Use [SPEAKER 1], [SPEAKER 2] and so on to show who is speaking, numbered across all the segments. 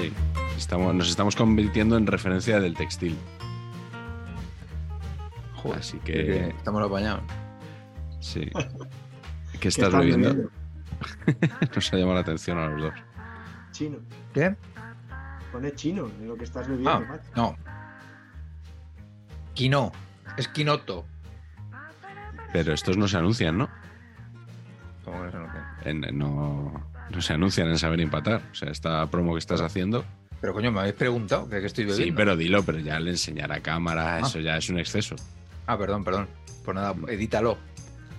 [SPEAKER 1] Sí, estamos, nos estamos convirtiendo en referencia del textil.
[SPEAKER 2] Joder,
[SPEAKER 1] Así
[SPEAKER 2] creo que
[SPEAKER 1] que,
[SPEAKER 2] estamos apañados.
[SPEAKER 1] sí. ¿Qué estás
[SPEAKER 3] están
[SPEAKER 1] bebiendo?
[SPEAKER 3] bebiendo?
[SPEAKER 1] Nos ha llamado la atención a los dos.
[SPEAKER 3] Chino.
[SPEAKER 2] ¿Qué?
[SPEAKER 3] Pone chino de lo que estás bebiendo,
[SPEAKER 2] Ah,
[SPEAKER 3] macho.
[SPEAKER 2] no. Quino. Es quinoto.
[SPEAKER 1] Pero estos no se anuncian, ¿no?
[SPEAKER 2] Como que se anuncia.
[SPEAKER 1] En- en- no, no se anuncian en saber empatar. O sea, esta promo que estás haciendo.
[SPEAKER 2] Pero coño, me habéis preguntado que, que estoy bebiendo.
[SPEAKER 1] Sí, pero dilo, pero ya le enseñar a cámara,
[SPEAKER 2] Ah.
[SPEAKER 1] eso ya es un exceso.
[SPEAKER 2] Ah, perdón, perdón. Pues nada, edítalo.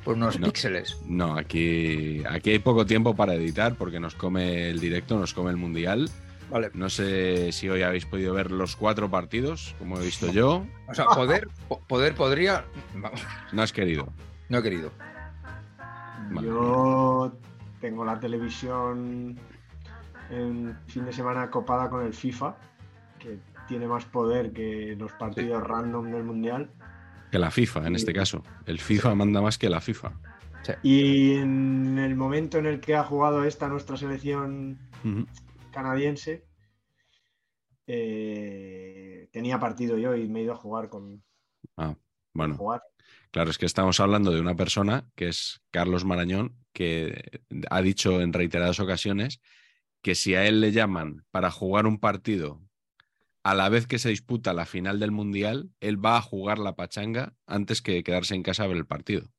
[SPEAKER 2] Por unos
[SPEAKER 1] Mm. No.
[SPEAKER 2] píxeles.
[SPEAKER 1] No, aquí, aquí hay poco tiempo para editar porque nos come el directo, nos come el mundial.
[SPEAKER 2] Vale.
[SPEAKER 1] No sé si hoy habéis podido ver los cuatro partidos, como he visto yo.
[SPEAKER 2] O sea, poder, po- poder podría.
[SPEAKER 1] No has querido.
[SPEAKER 2] No he querido.
[SPEAKER 1] Madre
[SPEAKER 3] Yo tengo la televisión en fin de semana copada con el FIFA, que tiene más poder que los partidos random del Mundial.
[SPEAKER 1] Que la FIFA, en este caso. El FIFA manda más que la FIFA.
[SPEAKER 3] Y en el momento en el que ha jugado esta nuestra selección
[SPEAKER 1] Ujú.
[SPEAKER 3] canadiense, eh, tenía partido yo y me he ido a jugar con
[SPEAKER 1] Ah, bueno.
[SPEAKER 3] jugar.
[SPEAKER 1] Claro, es que estamos hablando de una persona que es Carlos Marañón, que ha dicho en reiteradas ocasiones que si a él le llaman para jugar un partido a la vez que se disputa la final del Mundial, él va a jugar la pachanga antes que quedarse en casa a ver el partido.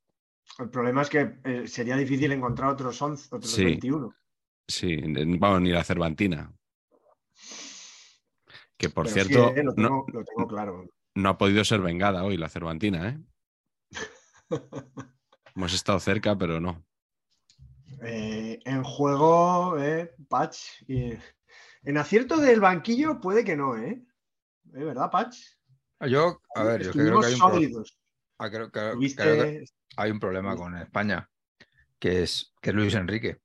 [SPEAKER 3] El problema es que eh, sería difícil encontrar otros 11, otros
[SPEAKER 1] Sí.
[SPEAKER 3] 21.
[SPEAKER 1] Sí, en- vamos, ni la Cervantina. Que por
[SPEAKER 3] Pero sí,
[SPEAKER 1] cierto,
[SPEAKER 3] eh, lo,
[SPEAKER 1] no,
[SPEAKER 3] tengo, lo tengo claro.
[SPEAKER 1] no ha podido ser vengada hoy la Cervantina, ¿eh? Hemos estado cerca, pero no.
[SPEAKER 3] Eh, en juego, eh, Patch. y- en acierto del banquillo puede que no, ¿eh? ¿Eh, ¿Verdad, Patch?
[SPEAKER 2] Yo, a ver, yo es que creo
[SPEAKER 3] Estuvimos
[SPEAKER 2] que hay un, pro-
[SPEAKER 3] sólidos.
[SPEAKER 2] ah, creo- creo-
[SPEAKER 3] Tuviste-
[SPEAKER 2] creo que hay un problema con España, que es, que es Luis Enrique.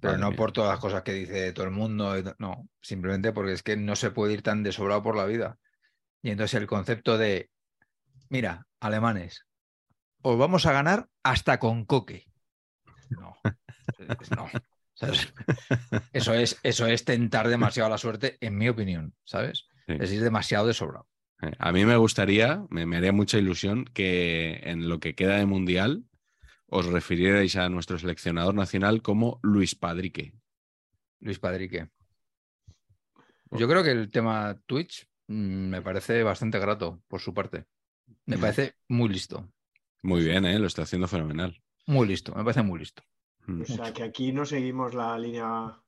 [SPEAKER 2] Pero
[SPEAKER 1] Madre
[SPEAKER 2] no
[SPEAKER 1] mía.
[SPEAKER 2] por todas las cosas que dice todo el mundo, y ta- no, simplemente porque es que no se puede ir tan desobrado por la vida. Y entonces el concepto de, mira, alemanes, os vamos a ganar hasta con coque. No, es- no. ¿sabes? Eso es, eso es tentar demasiado la suerte, en mi opinión, ¿sabes?
[SPEAKER 1] Sí.
[SPEAKER 2] Es ir demasiado desobrado.
[SPEAKER 1] Eh, A mí me gustaría, me, me haría mucha ilusión que en lo que queda de Mundial os refirierais a nuestro seleccionador nacional como Luis Padrique.
[SPEAKER 2] Luis Padrique.
[SPEAKER 1] Por-
[SPEAKER 2] Yo creo que el tema Twitch mm, me parece bastante grato por su parte. Me
[SPEAKER 1] Mm.
[SPEAKER 2] parece muy listo.
[SPEAKER 1] Muy bien, ¿eh? lo está haciendo fenomenal.
[SPEAKER 2] Muy listo, me parece muy listo.
[SPEAKER 1] Mm.
[SPEAKER 3] O sea, que aquí no seguimos la línea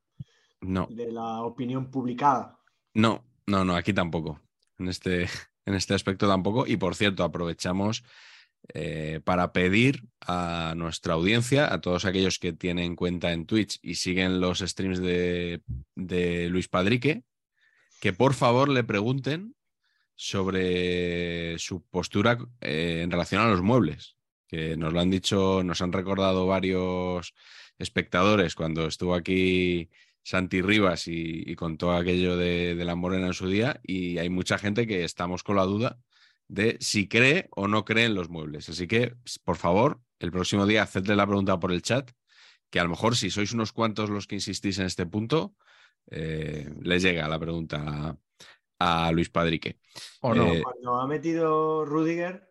[SPEAKER 1] No,
[SPEAKER 3] de la opinión publicada.
[SPEAKER 1] no, no, no, aquí tampoco. En este, en este aspecto tampoco. Y por cierto, aprovechamos eh, para pedir a nuestra audiencia, a todos aquellos que tienen cuenta en Twitch y siguen los streams de, de Luis Padrique, que por favor le pregunten sobre su postura eh, en relación a los muebles, que nos lo han dicho, nos han recordado varios espectadores cuando estuvo aquí Santi Rivas y, y contó aquello de, de la morena en su día, y hay mucha gente que estamos con la duda de si cree o no cree en los muebles. Así que, s- por favor, el próximo día hacedle la pregunta por el chat, que a lo mejor si sois unos cuantos los que insistís en este punto, eh, les llega la pregunta a, a Luis Padrique.
[SPEAKER 2] ¿O no?
[SPEAKER 1] Eh,
[SPEAKER 3] Cuando ha metido Rudiger,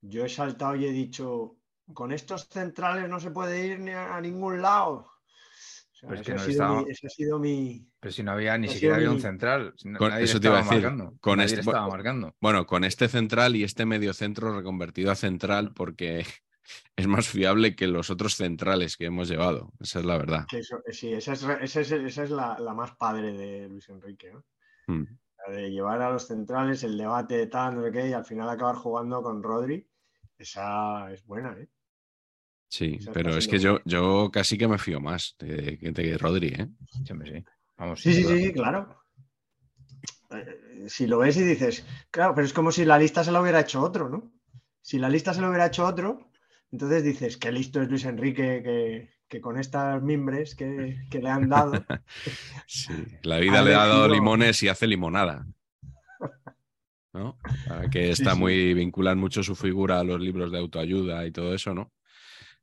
[SPEAKER 3] yo he saltado y he dicho, con estos centrales no se puede ir ni a, a ningún lado. sea,
[SPEAKER 2] Pero es que
[SPEAKER 3] ese, ha
[SPEAKER 2] no
[SPEAKER 3] sido
[SPEAKER 2] estaba-
[SPEAKER 3] mi, ese ha sido mi-
[SPEAKER 2] Pero si no había ni
[SPEAKER 3] Ha
[SPEAKER 2] siquiera
[SPEAKER 3] sido
[SPEAKER 2] había un
[SPEAKER 3] mi-
[SPEAKER 2] central. si no-
[SPEAKER 1] Con-
[SPEAKER 2] nadie
[SPEAKER 1] eso
[SPEAKER 2] le
[SPEAKER 1] te iba a
[SPEAKER 2] estaba
[SPEAKER 1] decir,
[SPEAKER 2] Marcando,
[SPEAKER 1] con
[SPEAKER 2] nadie
[SPEAKER 1] este-
[SPEAKER 2] le estaba marcando.
[SPEAKER 1] Bueno, con este central y este medio centro reconvertido a central porque es más fiable que los otros centrales que hemos llevado. Esa es la verdad.
[SPEAKER 3] que eso- eh, sí, esa es, re- esa es- esa es la, la más padre de Luis Enrique, ¿no?
[SPEAKER 1] Mm.
[SPEAKER 3] La de llevar a los centrales, el debate de tal, no sé qué, y al final acabar jugando con Rodri. Esa es buena, ¿eh?
[SPEAKER 1] Sí,
[SPEAKER 3] Esa está
[SPEAKER 1] pero es
[SPEAKER 3] siendo
[SPEAKER 1] que yo, yo casi que me fío más de, de, de Rodri, ¿eh?
[SPEAKER 2] Sí, hombre, sí. Vamos,
[SPEAKER 3] Sí, sí,
[SPEAKER 2] sin duda.
[SPEAKER 3] sí, sí, claro. Eh, Si lo ves y dices, claro, pero es como si la lista se la hubiera hecho otro, ¿no? Si la lista se la hubiera hecho otro, entonces dices, qué listo es Luis Enrique que, que con estas mimbres que, que le han dado.
[SPEAKER 1] Sí, la vida
[SPEAKER 3] A
[SPEAKER 1] le
[SPEAKER 3] ver,
[SPEAKER 1] ha dado
[SPEAKER 3] digo-
[SPEAKER 1] limones y hace limonada. ¿No? Ahora que
[SPEAKER 3] Sí,
[SPEAKER 1] está
[SPEAKER 3] sí.
[SPEAKER 1] muy vinculan mucho su figura a los libros de autoayuda y todo eso, ¿no?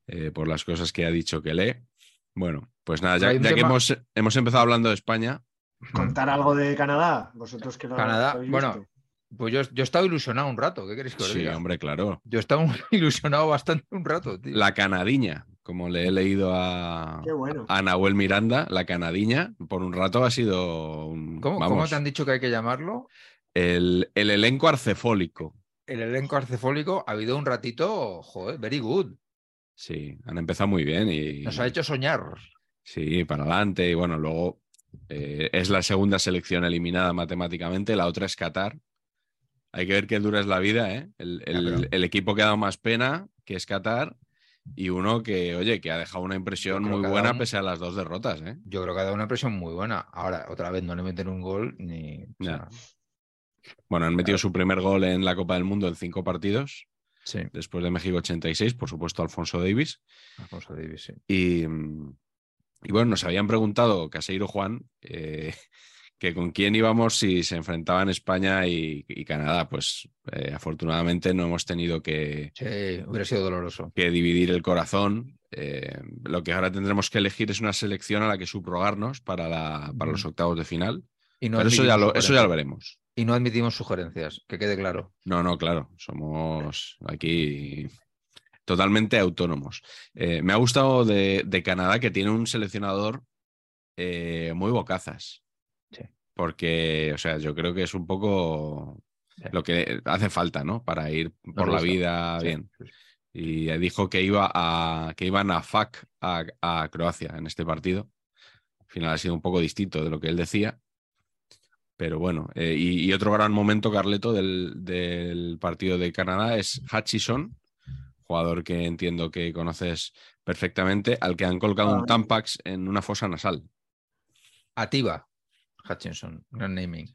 [SPEAKER 1] Eh, por las cosas que ha dicho que lee. Bueno, pues nada, ya,
[SPEAKER 2] Hay un
[SPEAKER 1] ya que
[SPEAKER 2] tema-
[SPEAKER 1] hemos, hemos empezado hablando de España,
[SPEAKER 3] Contar algo de Canadá, vosotros que lo
[SPEAKER 2] Canadá,
[SPEAKER 3] habéis
[SPEAKER 2] bueno,
[SPEAKER 3] visto.
[SPEAKER 2] Pues yo, yo he estado ilusionado un rato, ¿qué queréis que os
[SPEAKER 1] sí,
[SPEAKER 2] diga?
[SPEAKER 1] hombre, claro.
[SPEAKER 2] Yo he estado ilusionado bastante un rato, tío.
[SPEAKER 1] La canadiña, como le he leído a,
[SPEAKER 3] Qué bueno.
[SPEAKER 1] a Nahuel Miranda, la canadiña, por un rato ha sido un-
[SPEAKER 2] ¿Cómo, cómo
[SPEAKER 1] vamos,
[SPEAKER 2] te han dicho que hay que llamarlo?
[SPEAKER 1] el, el elenco arcefólico.
[SPEAKER 2] El elenco arcefólico ha habido un ratito, joder, very good.
[SPEAKER 1] Sí, han empezado muy bien y
[SPEAKER 2] Nos ha hecho soñar.
[SPEAKER 1] Sí, para adelante. Y bueno, luego eh, es la segunda selección eliminada matemáticamente, la otra es Qatar. Hay que ver qué dura es la vida, ¿eh? El,
[SPEAKER 2] Ya,
[SPEAKER 1] el-
[SPEAKER 2] pero-
[SPEAKER 1] el equipo que ha dado más pena, que es Qatar, y uno que, oye, que ha dejado una impresión
[SPEAKER 2] creo
[SPEAKER 1] muy
[SPEAKER 2] que ha
[SPEAKER 1] buena
[SPEAKER 2] dado un-
[SPEAKER 1] pese a las dos derrotas, ¿eh?
[SPEAKER 2] Yo creo que ha dado una impresión muy buena. Ahora, otra vez, no le meten un gol ni. o
[SPEAKER 1] Ya.
[SPEAKER 2] sea,
[SPEAKER 1] Bueno, han metido
[SPEAKER 2] Claro.
[SPEAKER 1] su primer gol en la Copa del Mundo en cinco partidos,
[SPEAKER 2] sí,
[SPEAKER 1] después de México 86, por supuesto, Alfonso Davis.
[SPEAKER 2] Alfonso Davies, sí.
[SPEAKER 1] Y, mm, y bueno, nos habían preguntado, Caseiro Juan, eh, que con quién íbamos si se enfrentaban España y, y Canadá. Pues eh, afortunadamente no hemos tenido que,
[SPEAKER 2] Sí, hubiera sido doloroso.
[SPEAKER 1] que dividir el corazón. Eh, lo que ahora tendremos que elegir es una selección a la que subrogarnos para, la- para los
[SPEAKER 2] Ujú.
[SPEAKER 1] octavos de final.
[SPEAKER 2] Y no
[SPEAKER 1] Pero eso ya,
[SPEAKER 2] admitimos
[SPEAKER 1] lo, eso ya lo
[SPEAKER 2] sugerencias.
[SPEAKER 1] veremos.
[SPEAKER 2] Y no admitimos sugerencias, que quede claro.
[SPEAKER 1] No, no, claro, somos aquí totalmente autónomos. Eh, me ha gustado de, de Canadá que tiene un seleccionador eh, muy bocazas.
[SPEAKER 2] Sí.
[SPEAKER 1] Porque, o sea, yo creo que es un poco
[SPEAKER 2] Sí.
[SPEAKER 1] lo que hace falta, ¿no? Para ir por
[SPEAKER 2] le
[SPEAKER 1] la
[SPEAKER 2] gusta.
[SPEAKER 1] vida
[SPEAKER 2] Sí,
[SPEAKER 1] Ah, bien.
[SPEAKER 2] sí, sí.
[SPEAKER 1] Y dijo que iba a que iban a FAC a, a Croacia en este partido. Al final ha sido un poco distinto de lo que él decía. Pero bueno, eh, y, y otro gran momento, Carleto, del, del partido de Canadá es Hutchison, jugador que entiendo que conoces perfectamente, al que han colgado un
[SPEAKER 3] Ah.
[SPEAKER 1] Tampax en una fosa nasal.
[SPEAKER 2] Ativa, Hutchinson, gran naming.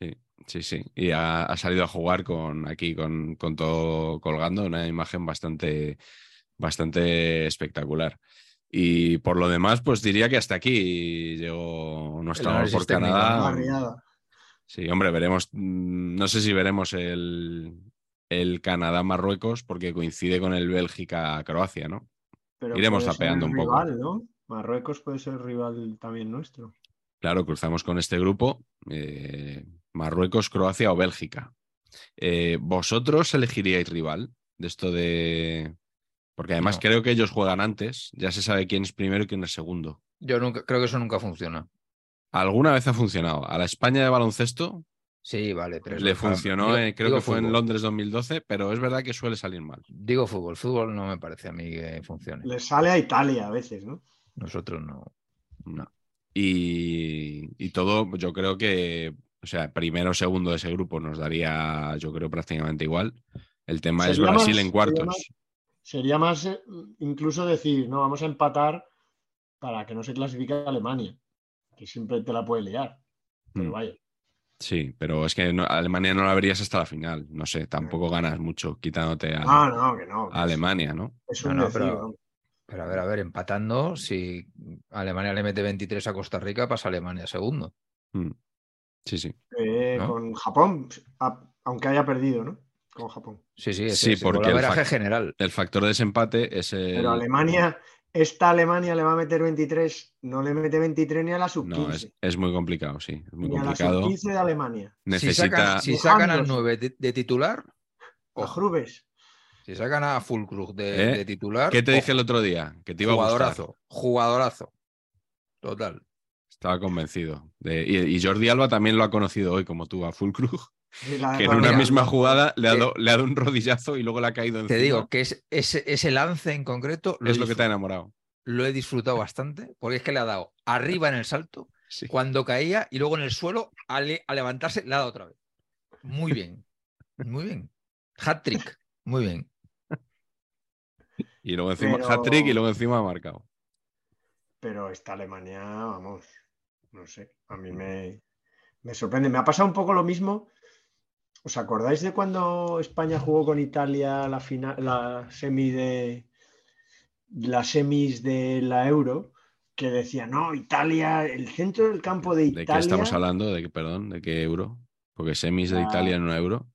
[SPEAKER 1] Sí, sí. Y ha, ha salido a jugar con aquí, con, con todo colgando, una imagen bastante, bastante espectacular. Y por lo demás, pues diría que hasta aquí llegó nuestro
[SPEAKER 2] El
[SPEAKER 1] amor por
[SPEAKER 2] análisis técnico,
[SPEAKER 1] Canadá.
[SPEAKER 2] ¿no?
[SPEAKER 3] Barriada.
[SPEAKER 1] Sí, hombre, veremos. mm, No sé si veremos el, el Canadá-Marruecos, porque coincide con el Bélgica-Croacia, ¿no?
[SPEAKER 3] Pero
[SPEAKER 1] Iremos
[SPEAKER 3] puede ser
[SPEAKER 1] zapeando un poco.
[SPEAKER 3] rival, ¿no? Marruecos puede ser rival también nuestro.
[SPEAKER 1] Claro, cruzamos con este grupo, eh, Marruecos, Croacia o Bélgica. Eh, ¿Vosotros elegiríais rival de esto de...? Porque además
[SPEAKER 2] No.
[SPEAKER 1] creo que ellos juegan antes, ya se sabe quién es primero y quién es segundo.
[SPEAKER 2] Yo nunca, creo que eso nunca funciona.
[SPEAKER 1] Alguna vez ha funcionado. A la España de baloncesto
[SPEAKER 2] Sí, vale, pero es
[SPEAKER 1] le
[SPEAKER 2] lo- para-
[SPEAKER 1] funcionó,
[SPEAKER 2] digo-
[SPEAKER 1] eh, creo
[SPEAKER 2] digo
[SPEAKER 1] que fue en
[SPEAKER 2] fútbol.
[SPEAKER 1] Londres 2012, pero es verdad que suele salir mal.
[SPEAKER 2] Digo fútbol, fútbol no me parece a mí que funcione.
[SPEAKER 3] Le sale a Italia a veces, ¿no?
[SPEAKER 2] Nosotros no.
[SPEAKER 1] Y, y todo, yo creo que, o sea, primero o segundo de ese grupo nos daría, yo creo, prácticamente igual. El tema es
[SPEAKER 3] Sería más-
[SPEAKER 1] Brasil en
[SPEAKER 3] sería
[SPEAKER 1] cuartos.
[SPEAKER 3] más- Sería más eh, incluso decir, no, vamos a empatar para que no se clasifique a Alemania, que siempre te la puede liar. Pero
[SPEAKER 1] Mm.
[SPEAKER 3] vaya.
[SPEAKER 1] Sí, pero es que no- Alemania no la verías hasta la final. No sé, tampoco ganas mucho quitándote a,
[SPEAKER 3] Ah, no, que no. que
[SPEAKER 1] a
[SPEAKER 3] es-
[SPEAKER 1] Alemania, ¿no?
[SPEAKER 3] Es
[SPEAKER 2] No,
[SPEAKER 3] un
[SPEAKER 2] no,
[SPEAKER 3] decir,
[SPEAKER 2] pero-
[SPEAKER 3] vamos.
[SPEAKER 2] Pero a ver, a ver, empatando, si Alemania le mete 23 a Costa Rica, pasa Alemania segundo.
[SPEAKER 1] Mm. Sí, sí.
[SPEAKER 3] Eh,
[SPEAKER 2] ¿no?
[SPEAKER 3] Con Japón, a- aunque haya perdido, ¿no? Con Japón.
[SPEAKER 2] Sí, sí, ese
[SPEAKER 1] Sí,
[SPEAKER 2] es el
[SPEAKER 1] porque el
[SPEAKER 2] golaveraje
[SPEAKER 1] fac-
[SPEAKER 2] general.
[SPEAKER 1] El factor desempate es el.
[SPEAKER 3] Pero Alemania, esta Alemania le va a meter 23, no le mete 23 ni a la
[SPEAKER 1] No, es,
[SPEAKER 3] sub-15.
[SPEAKER 1] es muy complicado, sí. Es muy
[SPEAKER 3] ni a la
[SPEAKER 1] complicado.
[SPEAKER 3] sub-15 de Alemania.
[SPEAKER 1] Necesita.
[SPEAKER 2] Si sacan, si
[SPEAKER 3] Los
[SPEAKER 2] sacan al
[SPEAKER 3] Andros.
[SPEAKER 2] 9 de, de titular,
[SPEAKER 1] Ah.
[SPEAKER 3] O
[SPEAKER 2] ojo.
[SPEAKER 3] Jrubes.
[SPEAKER 2] Si sacan a Fulcrug de,
[SPEAKER 1] ¿Eh?
[SPEAKER 2] de titular,
[SPEAKER 1] ¿Qué te dije
[SPEAKER 2] ojo.
[SPEAKER 1] el otro día? Que te iba a gustar.
[SPEAKER 2] jugadorazo, jugadorazo. Total.
[SPEAKER 1] Estaba convencido. De- y, y Jordi Alba también lo ha conocido hoy, como tú, a Fulcruz,
[SPEAKER 3] Y la-
[SPEAKER 1] que en
[SPEAKER 3] pues
[SPEAKER 1] una
[SPEAKER 3] mira,
[SPEAKER 1] misma jugada le ha,
[SPEAKER 2] eh,
[SPEAKER 1] dado, le ha dado un rodillazo y luego le ha caído encima.
[SPEAKER 2] Te digo que es, ese, ese lance en concreto lo, he
[SPEAKER 1] es lo que
[SPEAKER 2] disfrut-
[SPEAKER 1] te ha enamorado.
[SPEAKER 2] lo he disfrutado bastante, porque es que le ha dado arriba en el salto,
[SPEAKER 1] Sí.
[SPEAKER 2] cuando caía y luego en el suelo, al, le- al levantarse, le ha dado otra vez. Muy bien, muy bien. Hat trick, muy bien.
[SPEAKER 1] Y luego encima,
[SPEAKER 3] Pero-
[SPEAKER 1] hat-trick y luego encima ha marcado.
[SPEAKER 3] Pero esta Alemania, vamos, no sé, a
[SPEAKER 1] Mm.
[SPEAKER 3] mí me, me sorprende. Me ha pasado un poco lo mismo. ¿Os acordáis de cuando España jugó con Italia la final, la semi de las semis de la Euro? Que decía, no, Italia, el centro del campo de
[SPEAKER 1] ¿De qué
[SPEAKER 3] Italia,
[SPEAKER 1] estamos hablando? ¿De qué, perdón? ¿De qué euro? Porque semis de
[SPEAKER 3] La-
[SPEAKER 1] Italia en un euro.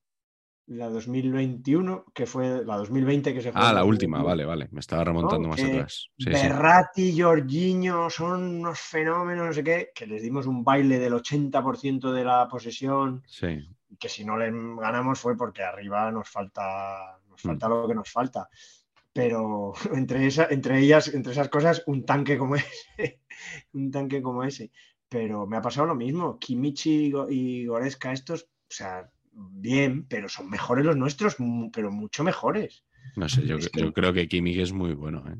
[SPEAKER 3] la 2021, que fue la 2020 que se jugó.
[SPEAKER 1] Ah,
[SPEAKER 3] en
[SPEAKER 1] la última,
[SPEAKER 3] 2021.
[SPEAKER 1] vale, vale. Me estaba remontando más
[SPEAKER 3] que
[SPEAKER 1] atrás. Sí, sí.
[SPEAKER 3] Berratti, Jorginho son unos fenómenos, no sé qué, que les dimos un baile del 80% de la posesión,
[SPEAKER 1] Sí.
[SPEAKER 3] y que si no le ganamos fue porque arriba nos falta, nos falta lo que nos falta. Pero entre, esa, entre ellas, entre esas cosas, un tanque como ese, un tanque como ese. Pero me ha pasado lo mismo. Kimichi y Go- y Goreska, estos, o sea, bien, pero son mejores los nuestros, mu- pero mucho mejores.
[SPEAKER 1] No sé, yo,
[SPEAKER 3] Es que-
[SPEAKER 1] yo creo que Kimmich es muy bueno. ¿eh?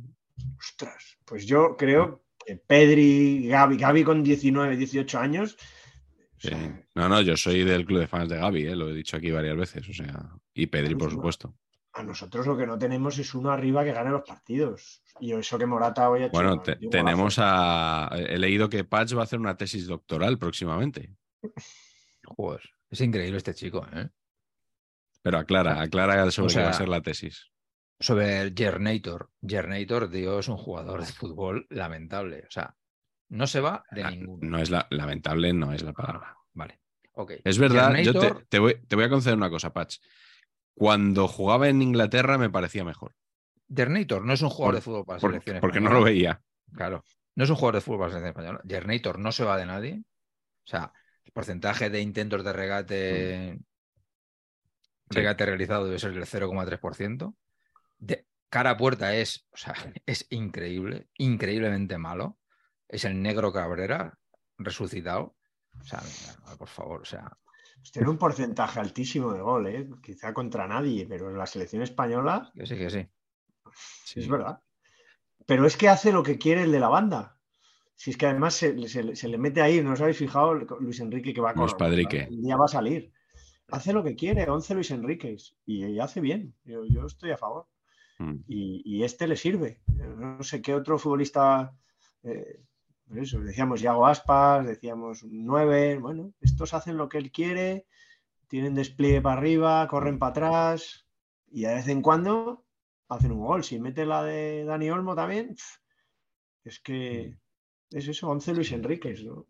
[SPEAKER 3] Ostras, pues yo creo que Pedri, Gaby, Gaby con 19, 18 años. o
[SPEAKER 1] Sí.
[SPEAKER 3] sea,
[SPEAKER 1] No, no, yo soy del club de fans de Gaby, ¿eh? lo he dicho aquí varias veces. O sea, y Pedri, por supuesto.
[SPEAKER 3] a nosotros lo que no tenemos es uno arriba que gane los partidos. Y eso que Morata hoy ha hecho.
[SPEAKER 1] Bueno,
[SPEAKER 3] un
[SPEAKER 1] te-
[SPEAKER 3] golazo.
[SPEAKER 1] tenemos a. He leído que Patch va a hacer una tesis doctoral próximamente.
[SPEAKER 2] Joder, es increíble este chico, ¿eh?
[SPEAKER 1] Pero aclara, aclara sobre
[SPEAKER 2] O sea-
[SPEAKER 1] qué va a ser la tesis.
[SPEAKER 2] Sobre Gernator. Gernator, tío, es un jugador de fútbol lamentable. O sea, no se va de
[SPEAKER 1] Ah,
[SPEAKER 2] ninguno.
[SPEAKER 1] No es la, lamentable, no es la palabra.
[SPEAKER 2] Vale. Ok.
[SPEAKER 1] Es verdad, yo te,
[SPEAKER 2] Gernator,
[SPEAKER 1] te voy, te voy a conceder una cosa, Patch. Cuando jugaba en Inglaterra me parecía mejor,
[SPEAKER 2] Gernator no es un
[SPEAKER 1] Por-
[SPEAKER 2] jugador de fútbol para la
[SPEAKER 1] porque,
[SPEAKER 2] selección
[SPEAKER 1] porque no
[SPEAKER 2] española.
[SPEAKER 1] lo veía.
[SPEAKER 2] Claro. No es un jugador de fútbol para la selección española. Jernator no se va de nadie. O sea, el porcentaje de intentos de regate,
[SPEAKER 1] Mm. Sí.
[SPEAKER 2] regate realizado debe ser del 0,3%. De cara a puerta es, o sea, es increíble, increíblemente malo. Es el negro Cabrera resucitado. O sea, mira, por favor, o sea,
[SPEAKER 3] Pues tiene un porcentaje altísimo de gol, ¿eh? quizá contra nadie, pero en la selección española
[SPEAKER 2] yo sé que sí.
[SPEAKER 1] Sí.
[SPEAKER 3] es verdad. Pero es que hace lo que quiere el de la banda. Si es que además se, se- se le mete ahí, ¿no os habéis fijado? Luis Enrique que va a
[SPEAKER 1] Luis
[SPEAKER 3] correr,
[SPEAKER 1] Padrique.
[SPEAKER 3] El día va a salir. Hace lo que quiere, 11 Luis Enriquez. Y, y hace bien. Yo- yo estoy a favor.
[SPEAKER 1] Mm.
[SPEAKER 3] y, y este le sirve. No sé qué otro futbolista, eh, por eso, decíamos Yago Aspas, decíamos un 9, bueno, estos hacen lo que él quiere, tienen despliegue para arriba, corren para atrás y de vez en cuando hacen un gol. Si mete la de Dani Olmo también, pf, es que es eso, 11 Luis Enríquez, ¿no?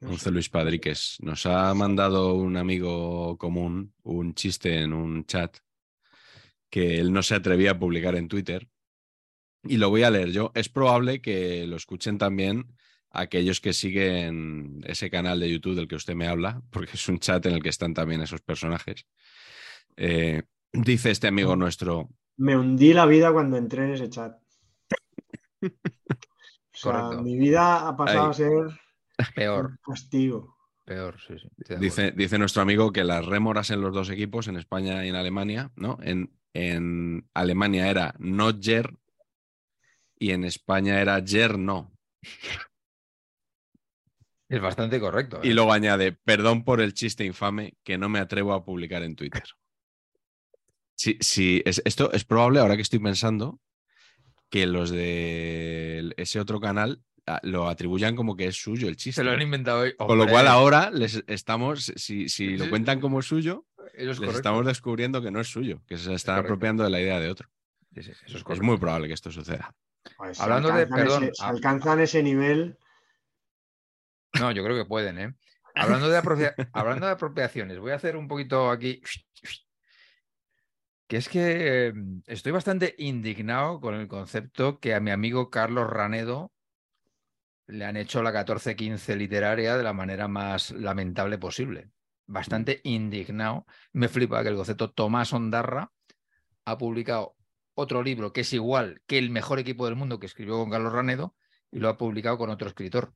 [SPEAKER 3] No
[SPEAKER 1] Once
[SPEAKER 3] sé.
[SPEAKER 1] Luis Padríquez. Nos ha mandado un amigo común un chiste en un chat que él no se atrevía a publicar en Twitter. Y lo voy a leer yo. Es probable que lo escuchen también aquellos que siguen ese canal de YouTube del que usted me habla, porque es un chat en el que están también esos personajes. Eh, dice este amigo nuestro,
[SPEAKER 3] Me hundí la vida cuando entré en ese chat. O sea,
[SPEAKER 2] Correcto.
[SPEAKER 3] mi vida ha pasado
[SPEAKER 1] Ahí.
[SPEAKER 3] a ser
[SPEAKER 2] Peor,
[SPEAKER 3] un castigo.
[SPEAKER 2] peor, sí, sí. estoy de
[SPEAKER 1] Dice,
[SPEAKER 2] acuerdo.
[SPEAKER 1] dice nuestro amigo que las rémoras en los dos equipos, en España y en Alemania, ¿no? En, en Alemania era no yer y en España era yer no.
[SPEAKER 2] Es bastante correcto.
[SPEAKER 1] Y
[SPEAKER 2] ¿eh?
[SPEAKER 1] luego añade, perdón por el chiste infame que no me atrevo a publicar en Twitter. Sí, sí, es- esto es probable, ahora que estoy pensando, que los de ese otro canal ah, lo atribuyan como que es suyo el chiste.
[SPEAKER 2] Se lo han inventado hoy.
[SPEAKER 1] Con lo
[SPEAKER 2] Hombre,
[SPEAKER 1] cual ahora les estamos, si, si
[SPEAKER 2] Sí.
[SPEAKER 1] lo cuentan como suyo,
[SPEAKER 2] eso es
[SPEAKER 1] les
[SPEAKER 2] correcto.
[SPEAKER 1] estamos descubriendo que no es suyo, que se están
[SPEAKER 2] correcto.
[SPEAKER 1] apropiando de la idea de otro.
[SPEAKER 2] Sí, sí, eso es
[SPEAKER 1] Es
[SPEAKER 2] correcto.
[SPEAKER 1] muy probable que esto suceda.
[SPEAKER 3] Pues,
[SPEAKER 2] Hablando de-
[SPEAKER 3] alcanzan
[SPEAKER 2] perdón,
[SPEAKER 3] ese- se
[SPEAKER 2] ah.
[SPEAKER 3] alcanzan ese nivel.
[SPEAKER 2] No, yo creo que pueden, ¿eh? Hablando de, apropia- hablando de apropiaciones, voy a hacer un poquito aquí. Que es que eh, estoy bastante indignado con el concepto que a mi amigo Carlos Ranedo le han hecho la 14-15 literaria de la manera más lamentable posible. Bastante indignado. Me flipa que el concepto Tomás Ondarra ha publicado otro libro que es igual que el mejor equipo del mundo que escribió con Carlos Ranedo y lo ha publicado con otro escritor.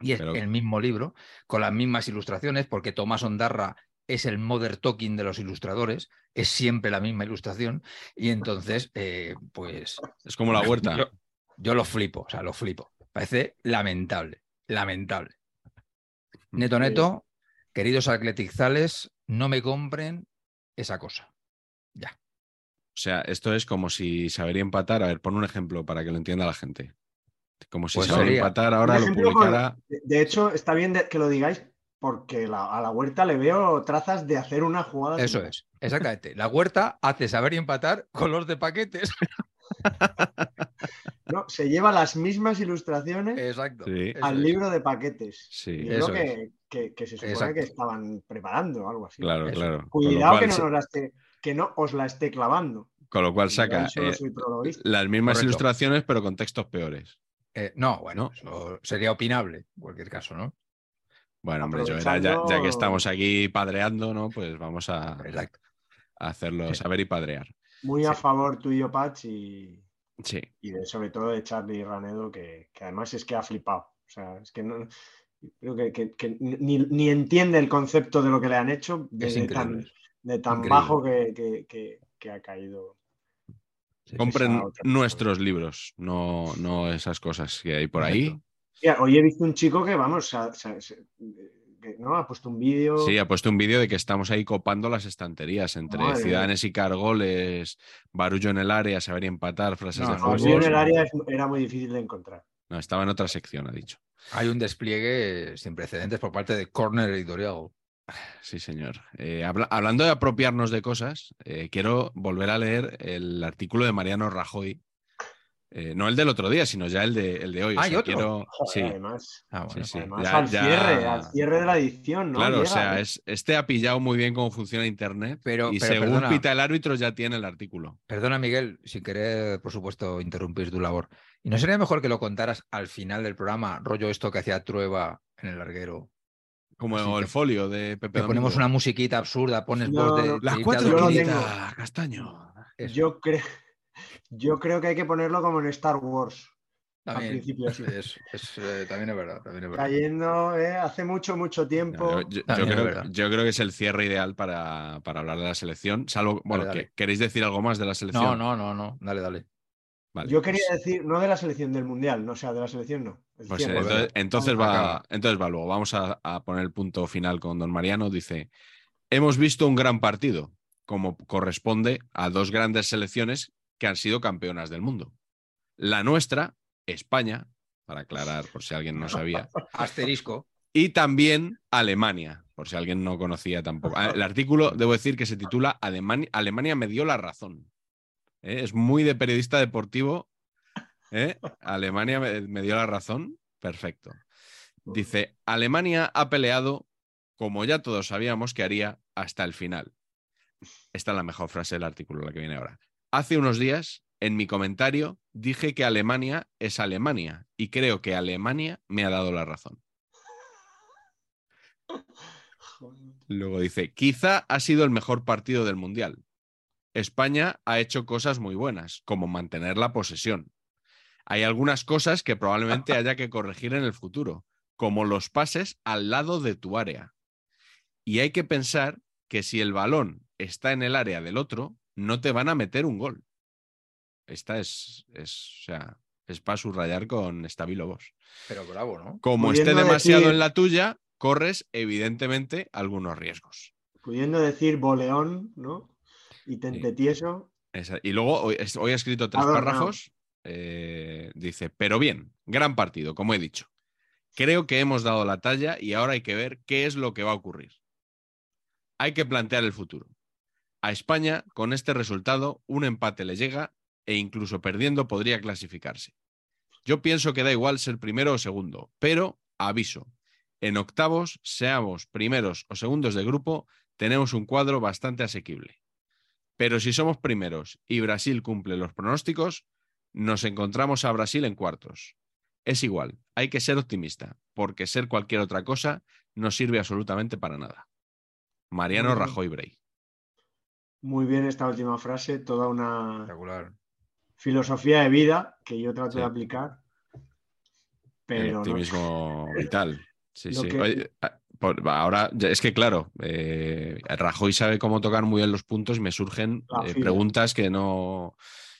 [SPEAKER 2] Y es
[SPEAKER 1] Pero-
[SPEAKER 2] el mismo libro, con las mismas ilustraciones, porque Tomás Ondarra es el mother talking de los ilustradores, es siempre la misma ilustración, y entonces, eh, pues
[SPEAKER 1] Es como la huerta.
[SPEAKER 2] yo, yo lo flipo, o sea, lo flipo. Parece lamentable, lamentable. Neto, neto, queridos atletizales, no me compren esa cosa.
[SPEAKER 1] O sea, esto es como si saber y empatar. A ver, pon un ejemplo para que lo entienda la gente. Como si
[SPEAKER 2] Pues
[SPEAKER 1] saber y
[SPEAKER 2] sería.
[SPEAKER 1] empatar ahora
[SPEAKER 3] Un
[SPEAKER 1] lo
[SPEAKER 3] ejemplo con-
[SPEAKER 1] publicara.
[SPEAKER 3] De, de hecho, está bien de- que lo digáis porque la- a la huerta le veo trazas de hacer una jugada.
[SPEAKER 2] Eso
[SPEAKER 3] así.
[SPEAKER 2] es, exactamente. La huerta hace saber y empatar con los de paquetes.
[SPEAKER 3] ¿no? Se lleva las mismas ilustraciones
[SPEAKER 2] Exacto.
[SPEAKER 1] Sí.
[SPEAKER 2] Eh, eso
[SPEAKER 3] al
[SPEAKER 2] es.
[SPEAKER 3] libro de paquetes.
[SPEAKER 1] Sí,
[SPEAKER 3] Libro
[SPEAKER 2] eso
[SPEAKER 3] que, que- que se supone
[SPEAKER 2] Exacto.
[SPEAKER 3] que estaban preparando o algo así.
[SPEAKER 1] Claro,
[SPEAKER 2] Eso.
[SPEAKER 1] claro. Con lo,
[SPEAKER 3] Cuidado
[SPEAKER 1] cual,
[SPEAKER 3] que, no
[SPEAKER 1] se-
[SPEAKER 3] nos la esté- que no os la esté clavando.
[SPEAKER 1] con lo cual
[SPEAKER 3] Yo
[SPEAKER 1] saca
[SPEAKER 3] ahí solo
[SPEAKER 1] eh,
[SPEAKER 3] soy prologuista.
[SPEAKER 1] las mismas
[SPEAKER 2] Correcto.
[SPEAKER 1] ilustraciones, pero con textos peores.
[SPEAKER 2] Eh, no, bueno,
[SPEAKER 1] No.
[SPEAKER 2] eso sería opinable en cualquier caso, ¿no?
[SPEAKER 1] Bueno, hombre, yo era- ya, ya que
[SPEAKER 3] Aprovechando-
[SPEAKER 1] estamos aquí padreando, ¿no? Pues vamos a,
[SPEAKER 2] Exacto.
[SPEAKER 1] a hacerlo
[SPEAKER 2] Sí.
[SPEAKER 1] saber y padrear.
[SPEAKER 3] Muy a favor tuyo, Patch, y,
[SPEAKER 1] Sí.
[SPEAKER 3] y de- sobre todo de Charlie Ranedo, que, que además es que ha flipado. O sea, es que no. Creo que, que- que ni, ni entiende el concepto de lo que le han hecho
[SPEAKER 2] Es
[SPEAKER 3] desde tan,
[SPEAKER 2] increíble.
[SPEAKER 3] de tan
[SPEAKER 2] Increíble.
[SPEAKER 3] bajo que, que- que- que ha caído.
[SPEAKER 2] Sí,
[SPEAKER 1] Compren
[SPEAKER 3] otra persona.
[SPEAKER 1] nuestros libros, no, no esas cosas que hay por ahí.
[SPEAKER 2] Exacto.
[SPEAKER 3] Mira, hoy he visto un chico que, vamos, se ha- se- se- que, ¿no? ha puesto un vídeo.
[SPEAKER 1] Sí, ha puesto un vídeo de que estamos ahí copando las estanterías entre
[SPEAKER 3] Madre mía.
[SPEAKER 1] Ciudadanes y Cargoles, Barullo en el área, saber y empatar, frases
[SPEAKER 2] No,
[SPEAKER 1] de
[SPEAKER 2] no,
[SPEAKER 3] Nos
[SPEAKER 1] juegos.
[SPEAKER 3] vio en el
[SPEAKER 2] no.
[SPEAKER 3] área es- era muy difícil de encontrar.
[SPEAKER 1] No, estaba en otra sección, ha dicho.
[SPEAKER 2] Hay un despliegue sin precedentes por parte de Corner Editorial.
[SPEAKER 1] Sí, señor. Eh, habla- hablando de apropiarnos de cosas, eh, quiero volver a leer el artículo de Mariano Rajoy. Eh, no el del otro día, sino ya el de, el de hoy. O
[SPEAKER 2] Ah, ¿Hay
[SPEAKER 1] sea,
[SPEAKER 2] otro?
[SPEAKER 1] quiero-
[SPEAKER 3] Joder,
[SPEAKER 1] sí,
[SPEAKER 3] además,
[SPEAKER 2] Ah,
[SPEAKER 1] sí, sí.
[SPEAKER 3] además
[SPEAKER 1] Ya-
[SPEAKER 3] al
[SPEAKER 1] ya-
[SPEAKER 3] cierre, al cierre de la edición, ¿no?
[SPEAKER 1] Claro, o
[SPEAKER 3] Llega,
[SPEAKER 1] sea,
[SPEAKER 3] ¿eh?
[SPEAKER 1] es, este ha pillado muy bien cómo funciona Internet.
[SPEAKER 2] Pero-
[SPEAKER 1] y
[SPEAKER 2] pero
[SPEAKER 1] según
[SPEAKER 2] perdona.
[SPEAKER 1] pita el árbitro, ya tiene el artículo.
[SPEAKER 2] Perdona, Miguel, sin querer, por supuesto, interrumpir tu labor. ¿Y no sería mejor que lo contaras al final del programa, rollo esto que hacía Trueba en el larguero?
[SPEAKER 1] Como
[SPEAKER 2] Así
[SPEAKER 1] el
[SPEAKER 2] que-
[SPEAKER 1] folio de Pepe
[SPEAKER 2] Le ponemos
[SPEAKER 1] Domingo.
[SPEAKER 2] una musiquita absurda, pones
[SPEAKER 3] No,
[SPEAKER 2] voz de.
[SPEAKER 3] no.
[SPEAKER 2] de
[SPEAKER 1] Las
[SPEAKER 2] Ita
[SPEAKER 1] cuatro
[SPEAKER 3] yo lo
[SPEAKER 2] Dominita.
[SPEAKER 3] tengo.
[SPEAKER 1] quinitas, Castaño.
[SPEAKER 2] Eso,
[SPEAKER 3] Yo creo, yo creo que hay que ponerlo como en Star Wars,
[SPEAKER 2] también,
[SPEAKER 3] al principio sí.
[SPEAKER 2] es- es, eh, también es verdad, también es verdad.
[SPEAKER 3] cayendo ¿eh? hace mucho, mucho tiempo.
[SPEAKER 1] No, yo- yo, yo
[SPEAKER 2] También es
[SPEAKER 1] creo,
[SPEAKER 2] verdad.
[SPEAKER 1] yo creo que es el cierre ideal para, para hablar de la selección. Salvo, bueno,
[SPEAKER 2] Dale, dale.
[SPEAKER 1] que- ¿queréis decir algo más de la selección?
[SPEAKER 2] No, no, no, no. Dale, dale.
[SPEAKER 1] Vale,
[SPEAKER 3] Yo quería
[SPEAKER 1] pues-
[SPEAKER 3] decir, no de la selección del Mundial, no, o sea, de la selección no. el
[SPEAKER 1] Pues, eh,
[SPEAKER 3] cierre.
[SPEAKER 1] entonces, entonces
[SPEAKER 2] Acaba.
[SPEAKER 1] va, entonces va luego. Vamos a, a poner el punto final con don Mariano. Dice, hemos visto un gran partido, como corresponde a dos grandes selecciones que han sido campeonas del mundo. La nuestra, España, para aclarar por si alguien no sabía,
[SPEAKER 2] Asterisco.
[SPEAKER 1] y también Alemania, por si alguien no conocía tampoco. Ah, El artículo, debo decir, que se titula Alemania, Alemania me dio la razón. ¿Eh? Es muy de periodista deportivo. ¿eh? Alemania me- me dio la razón. Perfecto. Dice, Alemania ha peleado, como ya todos sabíamos que haría, hasta el final. Esta es la mejor frase del artículo, la que viene ahora. Hace unos días, en mi comentario, dije que Alemania es Alemania y creo que Alemania me ha dado la razón.
[SPEAKER 3] Joder.
[SPEAKER 1] Luego dice, quizá ha sido el mejor partido del Mundial. España ha hecho cosas muy buenas, como mantener la posesión. Hay algunas cosas que probablemente haya que corregir en el futuro, como los pases al lado de tu área. Y hay que pensar que si el balón está en el área del otro, no te van a meter un gol. Esta es, es, o sea, es para subrayar con estabilo vos.
[SPEAKER 2] Pero bravo, ¿no?
[SPEAKER 1] Como esté
[SPEAKER 3] Pudiendo
[SPEAKER 1] demasiado
[SPEAKER 3] decir-
[SPEAKER 1] en la tuya, corres evidentemente algunos riesgos.
[SPEAKER 3] Pudiendo decir boleón, ¿no? Y tente tieso.
[SPEAKER 1] Esa- Y luego hoy, es- hoy ha escrito tres
[SPEAKER 3] Adornado.
[SPEAKER 1] párrafos. eh, dice, pero bien, gran partido, como he dicho. Creo que hemos dado la talla y ahora hay que ver qué es lo que va a ocurrir. Hay que plantear el futuro. A España, con este resultado, un empate le llega e incluso perdiendo podría clasificarse. Yo pienso que da igual ser primero o segundo, pero aviso, en octavos, seamos primeros o segundos de grupo, tenemos un cuadro bastante asequible. Pero si somos primeros y Brasil cumple los pronósticos, nos encontramos a Brasil en cuartos. Es igual, hay que ser optimista, porque ser cualquier otra cosa no sirve absolutamente para nada. Mariano
[SPEAKER 3] Muy bien.
[SPEAKER 1] Rajoy Brey.
[SPEAKER 3] Muy bien esta última frase, toda una
[SPEAKER 2] Espectacular.
[SPEAKER 3] filosofía de vida que yo trato
[SPEAKER 1] Sí. Eh,
[SPEAKER 3] de aplicar.
[SPEAKER 1] El
[SPEAKER 3] Pero no.
[SPEAKER 1] optimismo vital. Sí,
[SPEAKER 3] Lo
[SPEAKER 1] sí.
[SPEAKER 3] que-
[SPEAKER 1] Oye, ah, por- ahora, ya- es que claro, eh, Rajoy sabe cómo tocar muy bien los puntos y me surgen
[SPEAKER 3] La
[SPEAKER 1] eh,
[SPEAKER 3] fibra.
[SPEAKER 1] preguntas que no...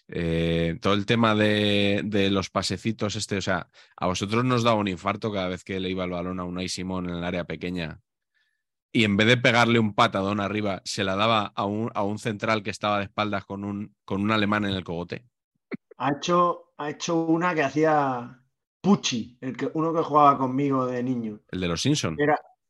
[SPEAKER 1] eh, todo el tema de, de los pasecitos, este, o sea, a vosotros nos daba un infarto cada vez que le iba el balón a Unai Simón en el área pequeña y en vez de pegarle un patadón arriba, se la daba a un, a un central que estaba de espaldas con un, con un alemán en el cogote.
[SPEAKER 3] Ha hecho, ha hecho una que hacía Pucci, el que, uno que jugaba conmigo de niño.
[SPEAKER 1] El de los Simpson.
[SPEAKER 3] Era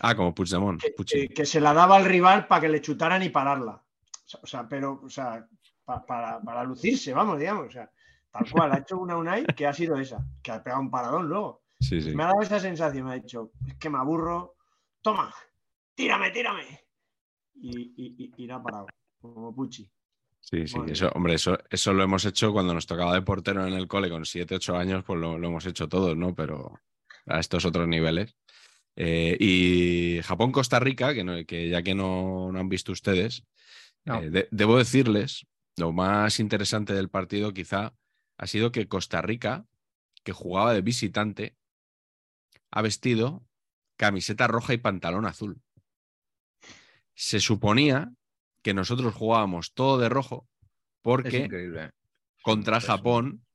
[SPEAKER 1] Ah, como Puigdemont.
[SPEAKER 3] que, eh,
[SPEAKER 1] Puchi.
[SPEAKER 3] que- que se la daba al rival para que le chutaran y pararla. O sea, o sea, pero, o sea, pa- para, para lucirse, vamos, digamos. O sea, tal cual, ha hecho una Unai que ha sido esa, que ha pegado un paradón luego.
[SPEAKER 1] Sí, sí.
[SPEAKER 3] Me ha dado esa sensación, me ha dicho, es que me aburro, toma, tírame, tírame. Y, y, y- y la ha parado, como Pucci.
[SPEAKER 1] Sí, sí,
[SPEAKER 3] Madre
[SPEAKER 1] eso,
[SPEAKER 3] mía.
[SPEAKER 1] hombre, eso, eso lo hemos hecho cuando nos tocaba de portero en el cole con 7, 8 años, pues lo, lo hemos hecho todos, ¿no? Pero a estos otros niveles. Eh, y Japón-Costa Rica, que, no- que ya que no, no han visto ustedes,
[SPEAKER 2] No.
[SPEAKER 1] eh, de- debo decirles, lo más interesante del partido quizá ha sido que Costa Rica, que jugaba de visitante, ha vestido camiseta roja y pantalón azul. Se suponía que nosotros jugábamos todo de rojo
[SPEAKER 2] Es
[SPEAKER 1] porque
[SPEAKER 2] increíble. ¿eh?
[SPEAKER 1] contra
[SPEAKER 2] Es un-
[SPEAKER 1] Japón,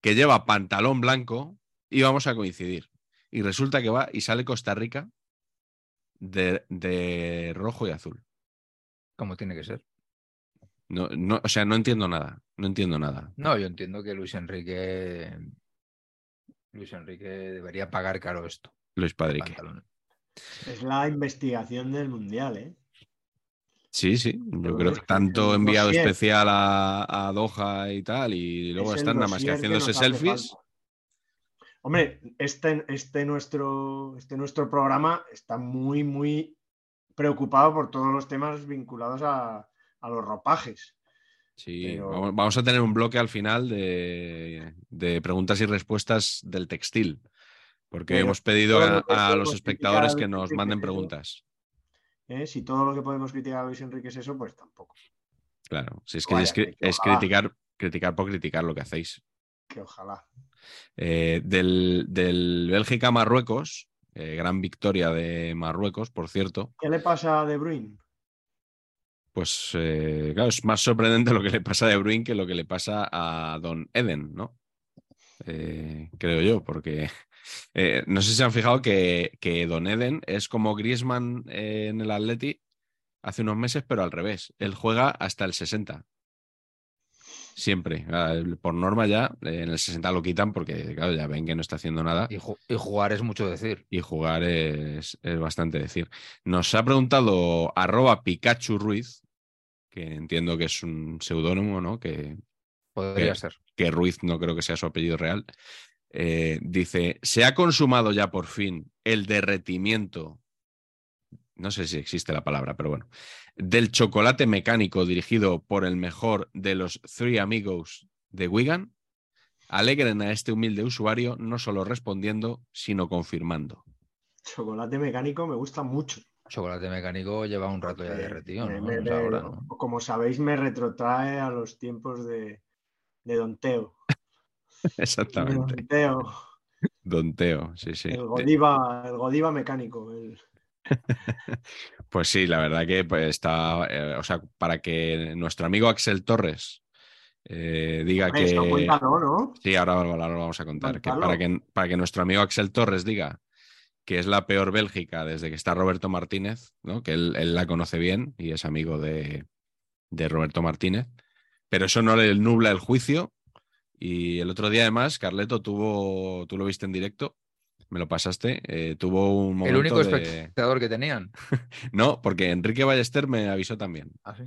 [SPEAKER 1] que lleva pantalón blanco, íbamos a coincidir. Y resulta que va y sale Costa Rica de, de rojo y azul.
[SPEAKER 2] Como tiene que ser.
[SPEAKER 1] No, no, o sea, no entiendo nada. No entiendo nada.
[SPEAKER 2] No, yo entiendo que Luis Enrique. Luis Enrique debería pagar caro esto.
[SPEAKER 1] Luis Padrique.
[SPEAKER 2] pantalón.
[SPEAKER 3] Es la investigación del mundial, ¿eh?
[SPEAKER 1] Sí, sí. Yo
[SPEAKER 3] Pero
[SPEAKER 1] creo
[SPEAKER 3] es
[SPEAKER 1] que
[SPEAKER 3] que
[SPEAKER 1] tanto
[SPEAKER 3] es un
[SPEAKER 1] enviado
[SPEAKER 3] dossier.
[SPEAKER 1] especial a, a Doha y tal, y luego
[SPEAKER 3] Es el
[SPEAKER 1] están nada más que
[SPEAKER 3] dossier
[SPEAKER 1] haciéndose
[SPEAKER 3] nos hace
[SPEAKER 1] selfies.
[SPEAKER 3] falta. Hombre, este, este, nuestro, este nuestro programa está muy, muy preocupado por todos los temas vinculados a, a los ropajes.
[SPEAKER 1] Sí,
[SPEAKER 3] Pero-
[SPEAKER 1] vamos, vamos a tener un bloque al final de, de preguntas y respuestas del textil, porque
[SPEAKER 3] Pero
[SPEAKER 1] hemos pedido
[SPEAKER 3] todo
[SPEAKER 1] a,
[SPEAKER 3] lo que
[SPEAKER 1] a
[SPEAKER 3] podemos
[SPEAKER 1] los
[SPEAKER 3] criticar
[SPEAKER 1] espectadores
[SPEAKER 3] al
[SPEAKER 1] que nos
[SPEAKER 3] Enrique
[SPEAKER 1] manden
[SPEAKER 3] Pedro.
[SPEAKER 1] preguntas.
[SPEAKER 3] ¿eh? Si todo lo que podemos criticar a Luis Enrique es eso, pues tampoco.
[SPEAKER 1] Claro, si es que
[SPEAKER 3] Vaya,
[SPEAKER 1] es, cri-
[SPEAKER 3] que
[SPEAKER 1] es
[SPEAKER 3] ojalá.
[SPEAKER 1] criticar, criticar por criticar lo que hacéis.
[SPEAKER 3] Que ojalá.
[SPEAKER 1] Eh, del del Bélgica-Marruecos, eh, gran victoria de Marruecos, por cierto,
[SPEAKER 3] ¿Qué le pasa a De Bruyne?
[SPEAKER 1] pues eh, claro, es más sorprendente lo que le pasa a De Bruyne que lo que le pasa a Don Eden, ¿no? Eh, creo yo, porque eh, no sé si se han fijado que, que Don Eden es como Griezmann eh, en el Atleti hace unos meses, pero al revés. Él juega hasta el 60. Siempre. Ah, el- Por norma ya, eh, en el 60 lo quitan porque, claro, ya ven que no está haciendo nada
[SPEAKER 2] Y, ju- y jugar es mucho decir.
[SPEAKER 1] y jugar es, es bastante decir. Nos ha preguntado arroba Pikachu Ruiz, que entiendo que es un seudónimo, ¿no? Que,
[SPEAKER 2] Podría
[SPEAKER 1] Ok.
[SPEAKER 2] ser.
[SPEAKER 1] que Ruiz no creo que sea su apellido real. Eh, dice, ¿se ha consumado ya por fin el derretimiento? No sé si existe la palabra, pero bueno. Del chocolate mecánico dirigido por el mejor de los Three Amigos de Wigan. Alegren a este humilde usuario no solo respondiendo, sino confirmando.
[SPEAKER 3] Chocolate mecánico me gusta mucho.
[SPEAKER 2] Chocolate mecánico lleva un rato ya
[SPEAKER 3] Eh,
[SPEAKER 2] derretido,
[SPEAKER 3] me-
[SPEAKER 2] ¿no?
[SPEAKER 3] me-
[SPEAKER 2] O sea,
[SPEAKER 3] me-
[SPEAKER 2] ahora, ¿no?
[SPEAKER 3] Como sabéis, me retrotrae a los tiempos de, de Don Teo. De
[SPEAKER 1] Exactamente.
[SPEAKER 3] Don Teo.
[SPEAKER 1] Don Teo, sí, sí.
[SPEAKER 3] El Godiva, el Godiva mecánico. el-
[SPEAKER 1] Pues sí, la verdad que pues, está, eh, o sea, para que nuestro amigo Axel Torres eh, diga que...
[SPEAKER 3] Eso, cuéntalo, ¿no?
[SPEAKER 1] Sí, ahora, ahora lo vamos a contar. Que para,
[SPEAKER 3] Cuéntalo.
[SPEAKER 1] que, para que nuestro amigo Axel Torres diga que es la peor Bélgica desde que está Roberto Martínez, ¿no? que él, él la conoce bien y es amigo de, de Roberto Martínez, pero eso no le nubla el juicio. Y el otro día, además, Carleto tuvo, tú lo viste en directo, me lo pasaste, eh, tuvo un momento
[SPEAKER 2] El único
[SPEAKER 1] de-
[SPEAKER 2] espectador que tenían.
[SPEAKER 1] No, porque Enrique Ballester me avisó también.
[SPEAKER 3] Madre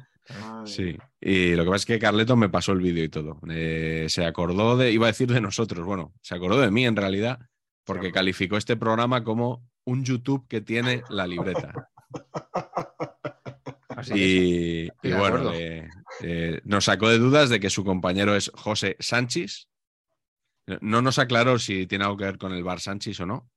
[SPEAKER 1] Sí, y lo que pasa es que Carleto me pasó el vídeo y todo. Eh, se acordó de, iba a decir de nosotros, bueno, se acordó de mí en realidad, porque
[SPEAKER 3] hombre.
[SPEAKER 1] calificó este programa como un YouTube que tiene la libreta.
[SPEAKER 3] Pues
[SPEAKER 2] Así que sí.
[SPEAKER 1] Y, y
[SPEAKER 2] de
[SPEAKER 1] bueno,
[SPEAKER 2] acuerdo.
[SPEAKER 1] le- eh, nos sacó de dudas de que su compañero es José Sánchez. No nos aclaró si tiene algo que ver con el bar Sánchez o no.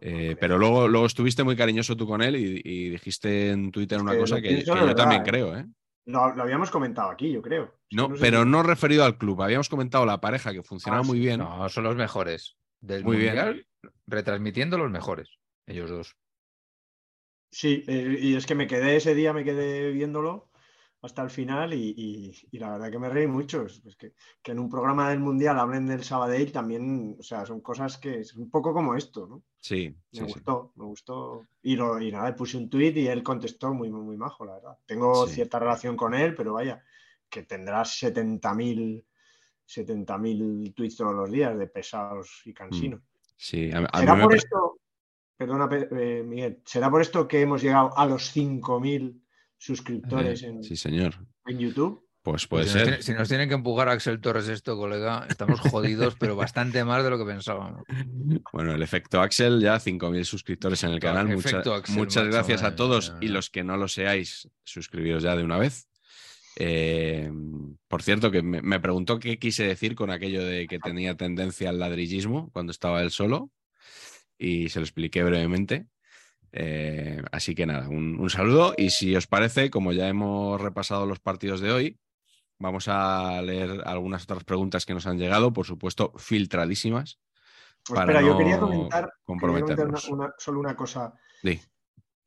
[SPEAKER 1] Eh, pero luego, luego estuviste muy cariñoso tú con él y, y dijiste en Twitter una
[SPEAKER 3] que
[SPEAKER 1] cosa
[SPEAKER 3] lo
[SPEAKER 1] que,
[SPEAKER 3] pienso
[SPEAKER 1] que
[SPEAKER 3] de
[SPEAKER 1] yo
[SPEAKER 3] verdad,
[SPEAKER 1] también
[SPEAKER 3] ¿eh?
[SPEAKER 1] creo, ¿eh?
[SPEAKER 3] Lo, lo habíamos comentado aquí, yo creo. Es que
[SPEAKER 1] No,
[SPEAKER 3] sé
[SPEAKER 1] pero
[SPEAKER 3] si-
[SPEAKER 1] no referido al club. Habíamos comentado la pareja que funcionaba
[SPEAKER 3] Ah,
[SPEAKER 1] muy bien.
[SPEAKER 2] No, son los mejores. Del
[SPEAKER 1] Muy bien.
[SPEAKER 2] mundial, retransmitiendo los mejores. Ellos dos.
[SPEAKER 3] Sí, eh, y es que me quedé ese día, me quedé viéndolo hasta el final y, y- y la verdad que me reí mucho. Es es que, que en un programa del Mundial hablen del Sabadell también, o sea, son cosas que es un poco como esto, ¿no?
[SPEAKER 1] Sí, sí,
[SPEAKER 3] Me
[SPEAKER 1] sí.
[SPEAKER 3] gustó, me gustó. Y, lo, y nada, puse un tuit y él contestó muy, muy, muy majo, la verdad. Tengo
[SPEAKER 1] Sí.
[SPEAKER 3] cierta relación con él, pero vaya, que tendrás 70.000 70.000 tuits todos los días de pesados
[SPEAKER 1] Mm.
[SPEAKER 3] y cansinos.
[SPEAKER 1] Sí, a- a
[SPEAKER 3] ¿Será
[SPEAKER 1] mí me
[SPEAKER 3] por
[SPEAKER 1] pre-
[SPEAKER 3] esto, perdona, Pe- eh, Miguel, ¿será por esto que hemos llegado a los 5.000 suscriptores en,
[SPEAKER 1] Eh, Sí, señor.
[SPEAKER 3] en YouTube?
[SPEAKER 1] Pues puede
[SPEAKER 2] si, Nos
[SPEAKER 1] ser.
[SPEAKER 2] tiene- si nos tienen que empujar a Axel Torres esto, colega, estamos jodidos, pero bastante más de lo que pensábamos.
[SPEAKER 1] Bueno, el efecto Axel, ya 5.000 suscriptores en el
[SPEAKER 2] Efecto-
[SPEAKER 1] canal. Mucha-
[SPEAKER 2] efecto Axel,
[SPEAKER 1] muchas
[SPEAKER 2] macho,
[SPEAKER 1] gracias
[SPEAKER 2] madre
[SPEAKER 1] a
[SPEAKER 2] mía,
[SPEAKER 1] todos
[SPEAKER 2] de
[SPEAKER 1] y
[SPEAKER 2] verdad.
[SPEAKER 1] los que no lo seáis, suscribiros ya de una vez. Eh, por cierto, que me, me preguntó qué quise decir con aquello de que tenía tendencia al ladrillismo cuando estaba él solo y se lo expliqué brevemente. Eh, así que nada, un, un saludo y si os parece, como ya hemos repasado los partidos de hoy, vamos a leer algunas otras preguntas que nos han llegado, por supuesto, filtradísimas.
[SPEAKER 3] Pues
[SPEAKER 1] para
[SPEAKER 3] espera, yo
[SPEAKER 1] no
[SPEAKER 3] quería comentar, quería comentar una-
[SPEAKER 1] comprometernos.
[SPEAKER 3] una- solo una cosa.
[SPEAKER 1] Sí.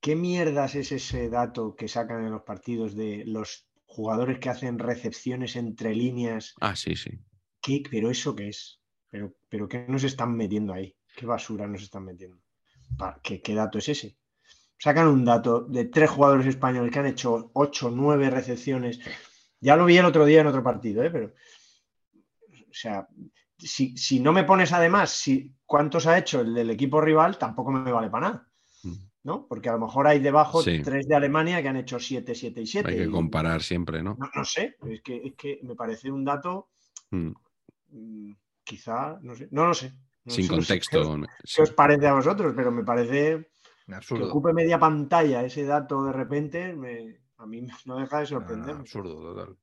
[SPEAKER 3] ¿Qué mierdas es ese dato que sacan en los partidos de los jugadores que hacen recepciones entre líneas?
[SPEAKER 1] Ah, sí, sí.
[SPEAKER 3] ¿Qué? ¿Pero eso qué es? ¿Pero, pero qué nos están metiendo ahí? ¿Qué basura nos están metiendo? Pa- ¿Qué, qué dato es ese? Sacan un dato de tres jugadores españoles que han hecho ocho, nueve recepciones. Ya lo vi el otro día en otro partido, ¿eh? pero. O sea, si, si no me pones además si, cuántos ha hecho el del equipo rival, tampoco me vale para nada.
[SPEAKER 1] Mm.
[SPEAKER 3] ¿no? Porque a lo mejor hay debajo
[SPEAKER 1] Sí.
[SPEAKER 3] tres de Alemania que han hecho siete, siete y siete.
[SPEAKER 1] Hay que
[SPEAKER 3] y-
[SPEAKER 1] comparar siempre, ¿no?
[SPEAKER 3] No, no sé, es que, es que me parece un dato
[SPEAKER 1] Mm,
[SPEAKER 3] mm, quizá, no sé, no lo sé. no
[SPEAKER 1] Sin
[SPEAKER 3] sé, no sé qué os-
[SPEAKER 1] contexto.
[SPEAKER 3] ¿Qué os parece a vosotros? Pero me parece
[SPEAKER 2] Un
[SPEAKER 3] que
[SPEAKER 2] Absurdo.
[SPEAKER 3] ocupe media pantalla ese dato de repente, me- a mí no deja
[SPEAKER 2] No, no, no,
[SPEAKER 3] de
[SPEAKER 1] Ah,
[SPEAKER 3] sorprenderme.
[SPEAKER 2] absurdo, total.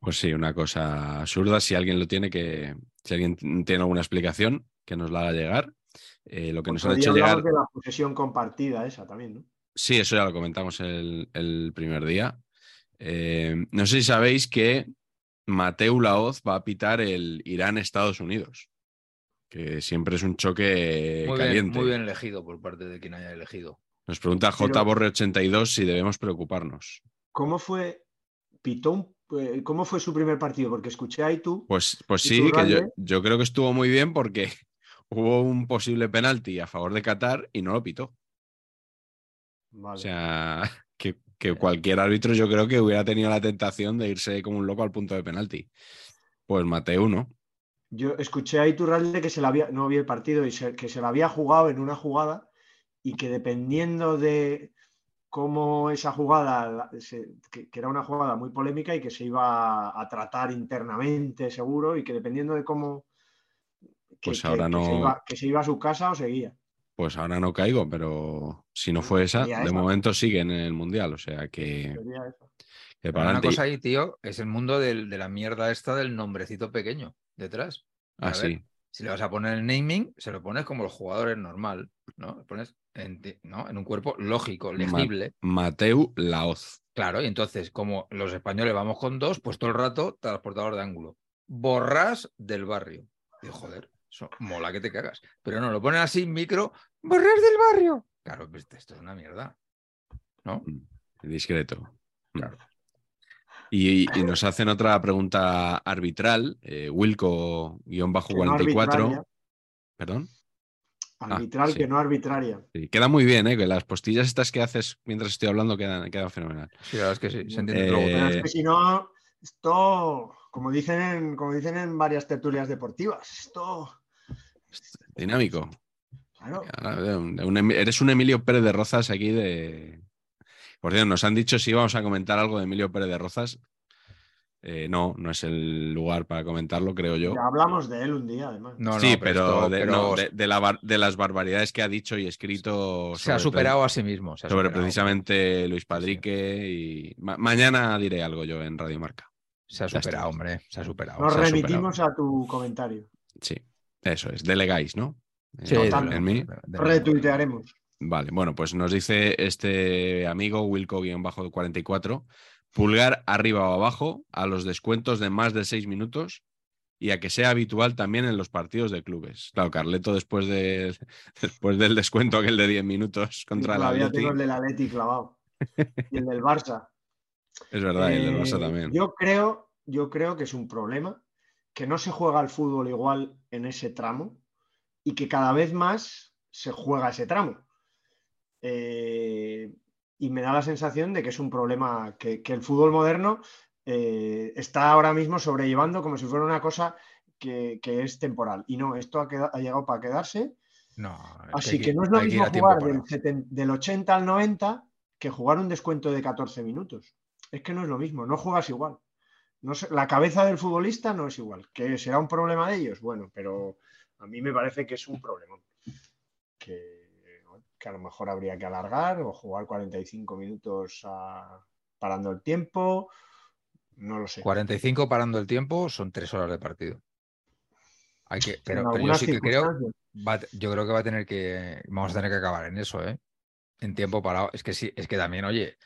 [SPEAKER 1] Pues sí, una cosa absurda. Si alguien lo tiene, que si alguien tiene alguna explicación, que nos la haga llegar. Eh, lo que nos
[SPEAKER 3] Pues Otro
[SPEAKER 1] han
[SPEAKER 3] día
[SPEAKER 1] hecho llegar.
[SPEAKER 3] hablamos de la posesión compartida esa también, ¿no?
[SPEAKER 1] Sí, eso ya lo comentamos el, el primer día. Eh, no sé si sabéis que Mateu Laoz va a pitar el Irán-Estados Unidos, que siempre es un choque
[SPEAKER 2] Muy bien,
[SPEAKER 1] Eh, caliente.
[SPEAKER 2] muy bien elegido por parte de quien haya elegido.
[SPEAKER 1] Nos pregunta
[SPEAKER 3] Pero-
[SPEAKER 1] JBorre82 si debemos preocuparnos.
[SPEAKER 3] ¿Cómo fue Pitón? eh, ¿Cómo fue su primer partido? Porque escuché ahí tú.
[SPEAKER 1] Pues, pues
[SPEAKER 3] ¿Y
[SPEAKER 1] sí, que yo,
[SPEAKER 3] Iturralde?
[SPEAKER 1] yo creo que estuvo muy bien porque hubo un posible penalti a favor de Qatar y no lo pitó. O
[SPEAKER 3] Vale.
[SPEAKER 1] sea, que, que cualquier árbitro yo creo que hubiera tenido la tentación de irse como un loco al punto de penalti. Pues Mateu, ¿no?
[SPEAKER 3] Yo escuché a Iturralde que se la había, no vi el partido, y se- que se la había jugado en una jugada y que dependiendo de cómo esa jugada, la- se- que, que era una jugada muy polémica y que se iba a, tratar internamente seguro y que dependiendo de cómo... que-
[SPEAKER 1] Pues
[SPEAKER 3] que-
[SPEAKER 1] ahora
[SPEAKER 3] que
[SPEAKER 1] no-
[SPEAKER 3] se iba, que se iba a su casa o seguía.
[SPEAKER 1] Pues ahora no caigo, pero si no fue esa,
[SPEAKER 3] Pues Sería
[SPEAKER 1] de
[SPEAKER 3] esa.
[SPEAKER 1] momento sigue en el Mundial. O sea, que,
[SPEAKER 3] Sería eso.
[SPEAKER 1] que para
[SPEAKER 2] Una
[SPEAKER 1] adelante.
[SPEAKER 2] cosa ahí, tío, es el mundo del- de la mierda esta del nombrecito pequeño detrás. a
[SPEAKER 1] Así.
[SPEAKER 2] ver. Si le vas a poner el naming, se lo pones como los jugadores normal, ¿no? Lo pones en, ti- ¿no? en un cuerpo lógico, legible.
[SPEAKER 1] Mateu Laoz.
[SPEAKER 2] Claro, y entonces, como los españoles vamos con dos, pues todo el rato transportador de ángulo. Borras del barrio. Digo, joder, eso mola que te cagas. Pero no, lo ponen así, micro, borras del barrio. Claro, pues, esto es una mierda. ¿No?
[SPEAKER 1] Discreto. Mm.
[SPEAKER 2] Claro.
[SPEAKER 1] Y, y nos hacen otra pregunta arbitral, eh,
[SPEAKER 3] Que no
[SPEAKER 1] Wilco-44.
[SPEAKER 3] arbitraria,
[SPEAKER 1] Perdón.
[SPEAKER 3] arbitral
[SPEAKER 1] Ah, sí.
[SPEAKER 3] que no arbitraria.
[SPEAKER 1] Sí, queda muy bien, ¿eh? Que las postillas estas que haces mientras estoy hablando quedan, quedan fenomenal.
[SPEAKER 2] Sí, la verdad es que sí, se entiende
[SPEAKER 1] Eh,
[SPEAKER 2] todo.
[SPEAKER 3] Pero es que si no, esto, como dicen en, como dicen en varias tertulias deportivas, esto...
[SPEAKER 1] Dinámico.
[SPEAKER 3] Claro.
[SPEAKER 1] Un- un Em- eres un Emilio Pérez de Rozas aquí de. Por cierto, nos han dicho si íbamos a comentar algo de Emilio Pérez de Rozas. Eh, no, no es el lugar para comentarlo, creo yo.
[SPEAKER 3] Ya hablamos de él un día, además.
[SPEAKER 2] No,
[SPEAKER 1] sí,
[SPEAKER 2] no,
[SPEAKER 1] pero,
[SPEAKER 2] esto-
[SPEAKER 1] de,
[SPEAKER 2] pero
[SPEAKER 1] no, de- de la bar- de las barbaridades que ha dicho y escrito
[SPEAKER 2] se ha
[SPEAKER 1] sobre-
[SPEAKER 2] superado a sí mismo. se ha
[SPEAKER 1] sobre
[SPEAKER 2] superado.
[SPEAKER 1] precisamente Luis Padrique y ma- mañana diré algo yo en Radio Marca.
[SPEAKER 2] Se ha
[SPEAKER 1] Ya está.
[SPEAKER 2] superado, hombre. Se ha superado.
[SPEAKER 1] No,
[SPEAKER 3] Nos
[SPEAKER 1] se ha
[SPEAKER 3] remitimos a tu comentario.
[SPEAKER 1] Sí, eso es. Delegáis, ¿no?
[SPEAKER 2] Sí,
[SPEAKER 1] En-
[SPEAKER 2] de
[SPEAKER 3] total.
[SPEAKER 2] lo-
[SPEAKER 1] en mí.
[SPEAKER 2] de lo-
[SPEAKER 3] Retuitearemos.
[SPEAKER 1] Vale, bueno, pues nos dice este amigo Wilco-44, pulgar arriba o abajo a los descuentos de más de seis minutos y a que sea habitual también en los partidos de clubes. Claro, Carleto después, de, después del descuento aquel de 10 minutos contra el
[SPEAKER 3] Todavía
[SPEAKER 1] Atleti,
[SPEAKER 3] tengo el del Atleti clavado. Y el del Barça.
[SPEAKER 1] es verdad, y el del
[SPEAKER 3] Eh,
[SPEAKER 1] Barça también.
[SPEAKER 3] Yo creo, yo creo que es un problema que no se juega al fútbol igual en ese tramo y que cada vez más se juega ese tramo. Eh, y me da la sensación de que es un problema que, que el fútbol moderno eh, está ahora mismo sobrellevando como si fuera una cosa que, que es temporal. Y no, esto ha, queda- ha llegado para quedarse.
[SPEAKER 2] No, es
[SPEAKER 3] Así
[SPEAKER 2] hay
[SPEAKER 3] que no es lo
[SPEAKER 2] hay ir
[SPEAKER 3] mismo
[SPEAKER 2] a tiempo
[SPEAKER 3] jugar
[SPEAKER 2] parado.
[SPEAKER 3] del, seten- del 80 al 90 que jugar un descuento de 14 minutos. Es que no es lo mismo, no juegas igual. No sé, la cabeza del futbolista no es igual. ¿Que será un problema de ellos? Bueno, pero a mí me parece que es un problema. Que, bueno, que a lo mejor habría que alargar o jugar 45 minutos a- parando el tiempo. No lo sé.
[SPEAKER 2] 45 parando el tiempo son tres horas de partido. Hay que,
[SPEAKER 3] En
[SPEAKER 2] pero, pero yo
[SPEAKER 3] algunas
[SPEAKER 2] sí que creo,
[SPEAKER 3] circunstancias.
[SPEAKER 2] va a te- yo creo que va a tener que, vamos a tener que acabar en eso, ¿eh? En tiempo parado. Es que sí, es que también, oye,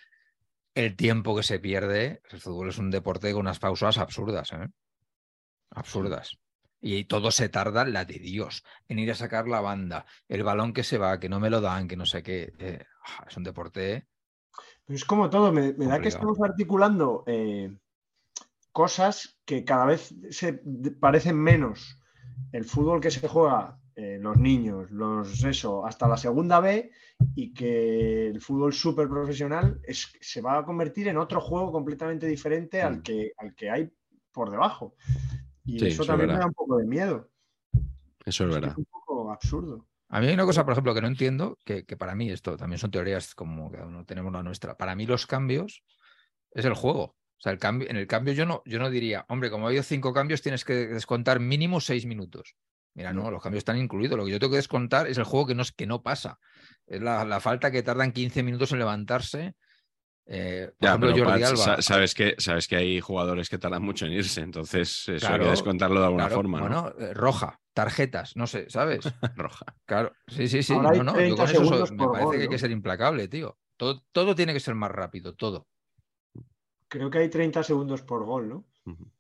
[SPEAKER 2] el tiempo que se pierde, el fútbol es un deporte con unas pausas absurdas, ¿eh? Absurdas. Y todo se tarda la de Dios en ir a sacar la banda, el balón que se va, que no me lo dan, que no sé qué. eh, es un deporte.
[SPEAKER 3] Pero Pues es como todo, me, me da que
[SPEAKER 2] Complicado.
[SPEAKER 3] estamos articulando eh, cosas que cada vez se de- parecen menos. El fútbol que se juega, eh, los niños, los eso, hasta la segunda B, y que el fútbol súper profesional es, se va a convertir en otro juego completamente diferente al
[SPEAKER 1] Mm.
[SPEAKER 3] que, al que hay por debajo. Y
[SPEAKER 1] Sí, eso
[SPEAKER 3] eso
[SPEAKER 1] es
[SPEAKER 3] también me
[SPEAKER 1] verdad.
[SPEAKER 3] da un poco de miedo.
[SPEAKER 1] Eso es
[SPEAKER 3] Es que
[SPEAKER 1] verdad.
[SPEAKER 3] es un poco absurdo.
[SPEAKER 2] A mí hay una cosa, por ejemplo, que no entiendo, que, que para mí esto también son teorías como cada uno tenemos la nuestra. Para mí los cambios es el juego. O sea, el cambio, en el cambio yo no, yo no diría, hombre, como ha habido cinco cambios, tienes que descontar mínimo seis minutos.
[SPEAKER 1] Mm.
[SPEAKER 2] Mira, no, los cambios están incluidos. Lo que yo tengo que descontar es el juego que no, es- que no pasa. Es la, la falta que tardan 15 minutos en levantarse. Eh, por
[SPEAKER 1] Ya,
[SPEAKER 2] ejemplo,
[SPEAKER 1] pero
[SPEAKER 2] Jordi
[SPEAKER 1] Pats,
[SPEAKER 2] Alba.
[SPEAKER 1] sa- sabes, que, sabes que hay jugadores que tardan mucho en irse, entonces eso hay
[SPEAKER 2] Claro,
[SPEAKER 1] que descontarlo de alguna
[SPEAKER 2] Claro,
[SPEAKER 1] forma, ¿no?
[SPEAKER 2] bueno, eh, roja, tarjetas, no sé, ¿sabes?
[SPEAKER 1] Roja.
[SPEAKER 2] Claro, sí, sí, sí.
[SPEAKER 3] Ahora hay
[SPEAKER 2] No, no,
[SPEAKER 3] 30
[SPEAKER 2] yo con eso
[SPEAKER 3] segundos
[SPEAKER 2] soy- me
[SPEAKER 3] por
[SPEAKER 2] parece
[SPEAKER 3] gol,
[SPEAKER 2] que hay que
[SPEAKER 3] ¿no?
[SPEAKER 2] ser implacable, tío. Todo, todo tiene que ser más rápido, todo.
[SPEAKER 3] Creo que hay 30 segundos por gol, ¿no?
[SPEAKER 1] Ujú.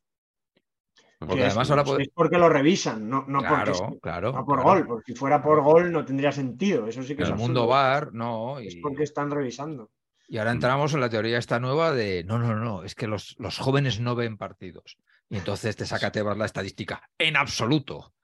[SPEAKER 2] Porque
[SPEAKER 3] es-
[SPEAKER 2] además ahora puede.
[SPEAKER 3] Es porque lo revisan, no, no porque
[SPEAKER 2] Claro,
[SPEAKER 3] sí.
[SPEAKER 2] claro.
[SPEAKER 3] No por
[SPEAKER 2] claro.
[SPEAKER 3] gol, porque si fuera por gol no tendría sentido. Eso sí
[SPEAKER 2] En
[SPEAKER 3] que es
[SPEAKER 2] el
[SPEAKER 3] absurdo.
[SPEAKER 2] mundo bar, no.
[SPEAKER 3] Es
[SPEAKER 2] y-
[SPEAKER 3] porque están revisando.
[SPEAKER 2] Y ahora
[SPEAKER 1] Mm.
[SPEAKER 2] entramos en la teoría esta nueva de no, no, no, es que los, los jóvenes no ven partidos. Y entonces te saca Tebas la estadística. En absoluto.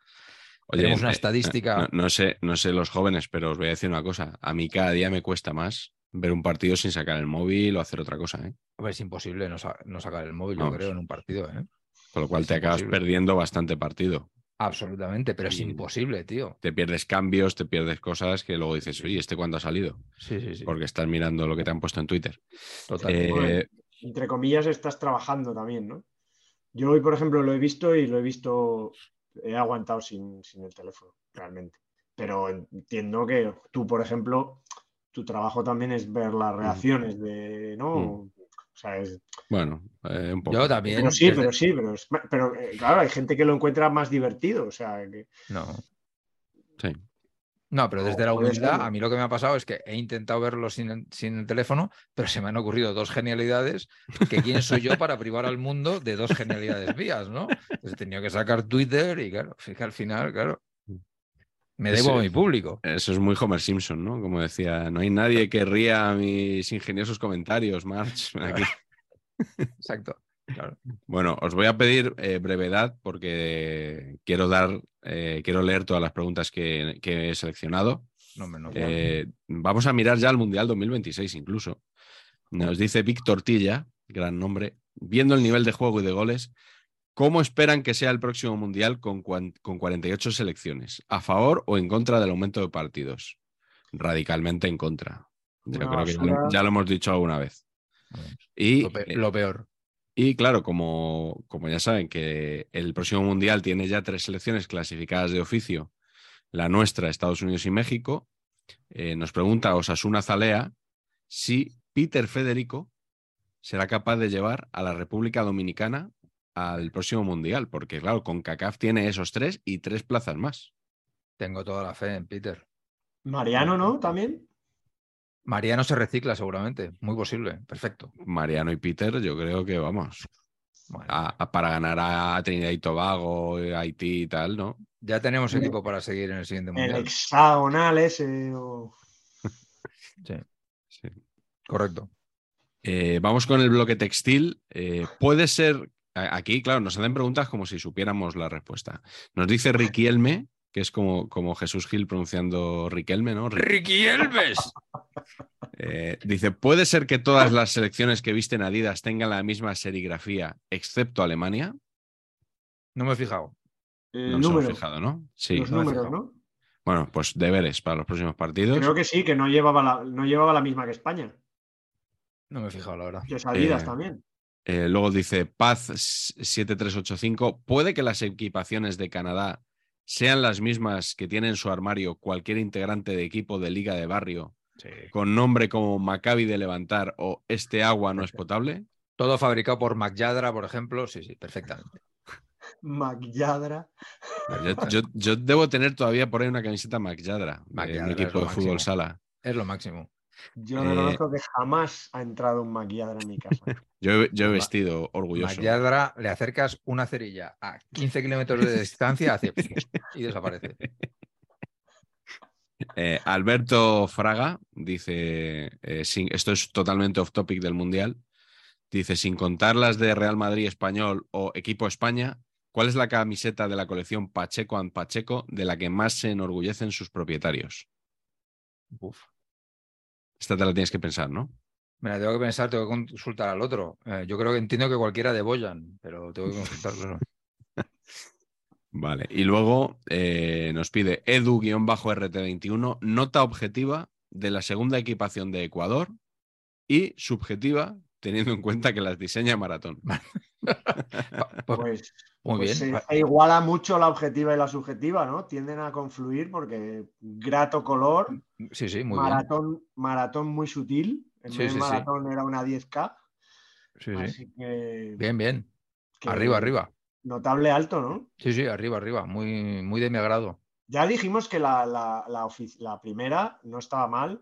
[SPEAKER 1] Oye,
[SPEAKER 2] Tenemos una
[SPEAKER 1] eh,
[SPEAKER 2] estadística.
[SPEAKER 1] No, no sé, no sé los jóvenes, pero os voy a decir una cosa. A mí cada día me cuesta más ver un partido sin sacar el móvil o hacer otra cosa, ¿eh?
[SPEAKER 2] Hombre, es imposible no, sa- no sacar el móvil, yo
[SPEAKER 1] Vamos.
[SPEAKER 2] creo, en un partido. ¿eh?
[SPEAKER 1] Con lo cual
[SPEAKER 2] Es
[SPEAKER 1] te acabas
[SPEAKER 2] imposible.
[SPEAKER 1] perdiendo bastante partido.
[SPEAKER 2] Absolutamente, pero es
[SPEAKER 1] Y-
[SPEAKER 2] imposible, tío.
[SPEAKER 1] Te pierdes cambios, te pierdes cosas que luego dices, oye, ¿este cuándo ha salido?
[SPEAKER 2] Sí, sí, sí.
[SPEAKER 1] Porque estás mirando lo que te han puesto en Twitter.
[SPEAKER 2] Totalmente.
[SPEAKER 3] Joder.
[SPEAKER 1] Eh,
[SPEAKER 3] Entre comillas, estás trabajando también, ¿no? Yo hoy, por ejemplo, lo he visto y lo he visto, he aguantado sin, sin el teléfono, realmente. Pero entiendo que tú, por ejemplo, tu trabajo también es ver las
[SPEAKER 2] Mm.
[SPEAKER 3] reacciones de, ¿no?
[SPEAKER 1] Mm.
[SPEAKER 3] O sea, es-
[SPEAKER 1] bueno, eh, un poco.
[SPEAKER 2] Yo también.
[SPEAKER 3] pero sí,
[SPEAKER 2] desde-
[SPEAKER 3] pero sí, pero, es- pero eh, claro, hay gente que lo encuentra más divertido, o sea, que,
[SPEAKER 2] No.
[SPEAKER 1] Sí.
[SPEAKER 2] No, pero desde
[SPEAKER 3] No,
[SPEAKER 2] la
[SPEAKER 3] puede
[SPEAKER 2] humildad,
[SPEAKER 3] serlo.
[SPEAKER 2] a mí lo que me ha pasado es que he intentado verlo sin, el- sin el teléfono, pero se me han ocurrido dos genialidades, que quién soy yo para privar al mundo de dos genialidades vías, ¿no? Entonces he tenido que sacar Twitter y claro, fíjate al final, claro, me debo a
[SPEAKER 1] Ese-
[SPEAKER 2] mi público.
[SPEAKER 1] Eso es muy Homer Simpson, ¿no? Como decía, no hay nadie que ría a mis ingeniosos comentarios, March. Aquí.
[SPEAKER 2] Exacto. Claro.
[SPEAKER 1] Bueno, os voy a pedir eh, brevedad porque quiero dar, eh, quiero leer todas las preguntas que, que he seleccionado.
[SPEAKER 2] No, hombre, no.
[SPEAKER 1] Eh, vamos a mirar ya al Mundial 2026 incluso.
[SPEAKER 2] Oh.
[SPEAKER 1] Nos dice Víctor Tilla, gran nombre, viendo el nivel de juego y de goles, ¿Cómo esperan que sea el próximo Mundial con, cuan- con 48 selecciones? ¿A favor o en contra del aumento de partidos? Radicalmente en contra. Yo
[SPEAKER 3] Una
[SPEAKER 1] creo que ya
[SPEAKER 3] basura.
[SPEAKER 1] lo- ya lo hemos dicho alguna vez. Y, eh,
[SPEAKER 2] Lo, pe- lo peor.
[SPEAKER 1] y claro, como, como ya saben que el próximo Mundial tiene ya tres selecciones clasificadas de oficio, la nuestra, Estados Unidos y México, eh, nos pregunta Osasuna Zalea si Peter Federico será capaz de llevar a la República Dominicana al próximo Mundial, porque claro, con CACAF tiene esos tres y tres plazas más.
[SPEAKER 2] Tengo toda la fe en Peter.
[SPEAKER 3] Mariano, ¿no? También.
[SPEAKER 2] Mariano se recicla seguramente, muy posible, perfecto.
[SPEAKER 1] Mariano y Peter, yo creo que vamos,
[SPEAKER 2] Bueno,
[SPEAKER 1] a- a- para ganar a Trinidad y Tobago, Haití y tal, ¿no?
[SPEAKER 2] ya tenemos equipo para seguir en el siguiente
[SPEAKER 3] El
[SPEAKER 2] mundial.
[SPEAKER 3] hexagonal ese. o-
[SPEAKER 1] Sí.
[SPEAKER 2] Correcto.
[SPEAKER 1] Eh, vamos con el bloque textil. Eh, puede ser, a- aquí, claro, nos hacen preguntas como si supiéramos la respuesta. Nos dice Riquelme, que es como, como Jesús Gil pronunciando Riquelme, ¿no? Ri-
[SPEAKER 2] Ricky Elves.
[SPEAKER 1] Eh, dice, ¿puede ser que todas las selecciones que visten Adidas tengan la misma serigrafía, excepto Alemania?
[SPEAKER 2] No me he fijado.
[SPEAKER 3] El
[SPEAKER 1] No nos hemos
[SPEAKER 3] número.
[SPEAKER 1] fijado, ¿no? Sí.
[SPEAKER 3] los
[SPEAKER 2] no me he
[SPEAKER 3] números,
[SPEAKER 2] fijado.
[SPEAKER 3] ¿no?
[SPEAKER 1] Bueno, pues deberes para los próximos partidos.
[SPEAKER 3] Creo que sí, que no llevaba la, no llevaba la misma que España.
[SPEAKER 2] No me he fijado, la verdad.
[SPEAKER 3] Que es Adidas
[SPEAKER 1] Eh,
[SPEAKER 3] también.
[SPEAKER 1] Eh, luego dice Paz 7385, ¿puede que las equipaciones de Canadá sean las mismas que tiene en su armario cualquier integrante de equipo de liga de barrio con nombre como Maccabi de Levantar o Este agua no es potable?
[SPEAKER 2] Todo fabricado por Mac Yadra, por ejemplo. Sí, sí, perfectamente.
[SPEAKER 3] Maquilladra.
[SPEAKER 1] Yo, yo- yo debo tener todavía por ahí una camiseta Mac Yadra,
[SPEAKER 2] Mac
[SPEAKER 1] de un
[SPEAKER 2] Yadra es
[SPEAKER 1] equipo
[SPEAKER 2] lo
[SPEAKER 1] de fútbol
[SPEAKER 2] máximo.
[SPEAKER 1] sala.
[SPEAKER 2] Es lo máximo.
[SPEAKER 3] Yo
[SPEAKER 1] Eh,
[SPEAKER 3] reconozco que jamás ha entrado un maquilladra en mi casa.
[SPEAKER 2] Pues,
[SPEAKER 1] Yo, he- yo he
[SPEAKER 2] Ma-
[SPEAKER 1] vestido
[SPEAKER 2] Mac
[SPEAKER 1] orgulloso.
[SPEAKER 2] Yadra, le acercas una cerilla a 15 kilómetros de distancia hace y desaparece.
[SPEAKER 1] Eh, Alberto Fraga dice, eh, sin- esto es totalmente off topic del Mundial, dice, sin contar las de Real Madrid Español o Equipo España, ¿cuál es la camiseta de la colección Pacheco and Pacheco de la que más se enorgullecen sus propietarios?
[SPEAKER 2] Uf.
[SPEAKER 1] Esta te la tienes que pensar, ¿no?
[SPEAKER 2] Me la tengo que pensar, tengo que consultar al otro. Eh, yo creo que entiendo que cualquiera de Boyan, pero tengo que consultarlo.
[SPEAKER 1] Vale, y luego eh, nos pide edu-rt21, nota objetiva de la segunda equipación de Ecuador y subjetiva, teniendo en cuenta que las diseña Maratón.
[SPEAKER 2] Pues,
[SPEAKER 3] Pues,
[SPEAKER 2] muy
[SPEAKER 3] pues
[SPEAKER 2] bien. Ah.
[SPEAKER 3] se- se iguala mucho la objetiva y la subjetiva, ¿no? Tienden a confluir porque grato color,
[SPEAKER 2] Sí, sí, muy bien.
[SPEAKER 3] maratón, maratón muy sutil. En
[SPEAKER 2] Sí,
[SPEAKER 3] vez de
[SPEAKER 2] sí, sí.
[SPEAKER 3] maratón era una 10K.
[SPEAKER 2] Sí, sí.
[SPEAKER 3] Así que,
[SPEAKER 2] Bien, bien.
[SPEAKER 3] que
[SPEAKER 2] Arriba, arriba.
[SPEAKER 3] Notable alto, ¿no?
[SPEAKER 2] Sí, sí, arriba, arriba. Muy, muy de mi agrado.
[SPEAKER 3] Ya dijimos que la, la- la ofi- la primera no estaba mal,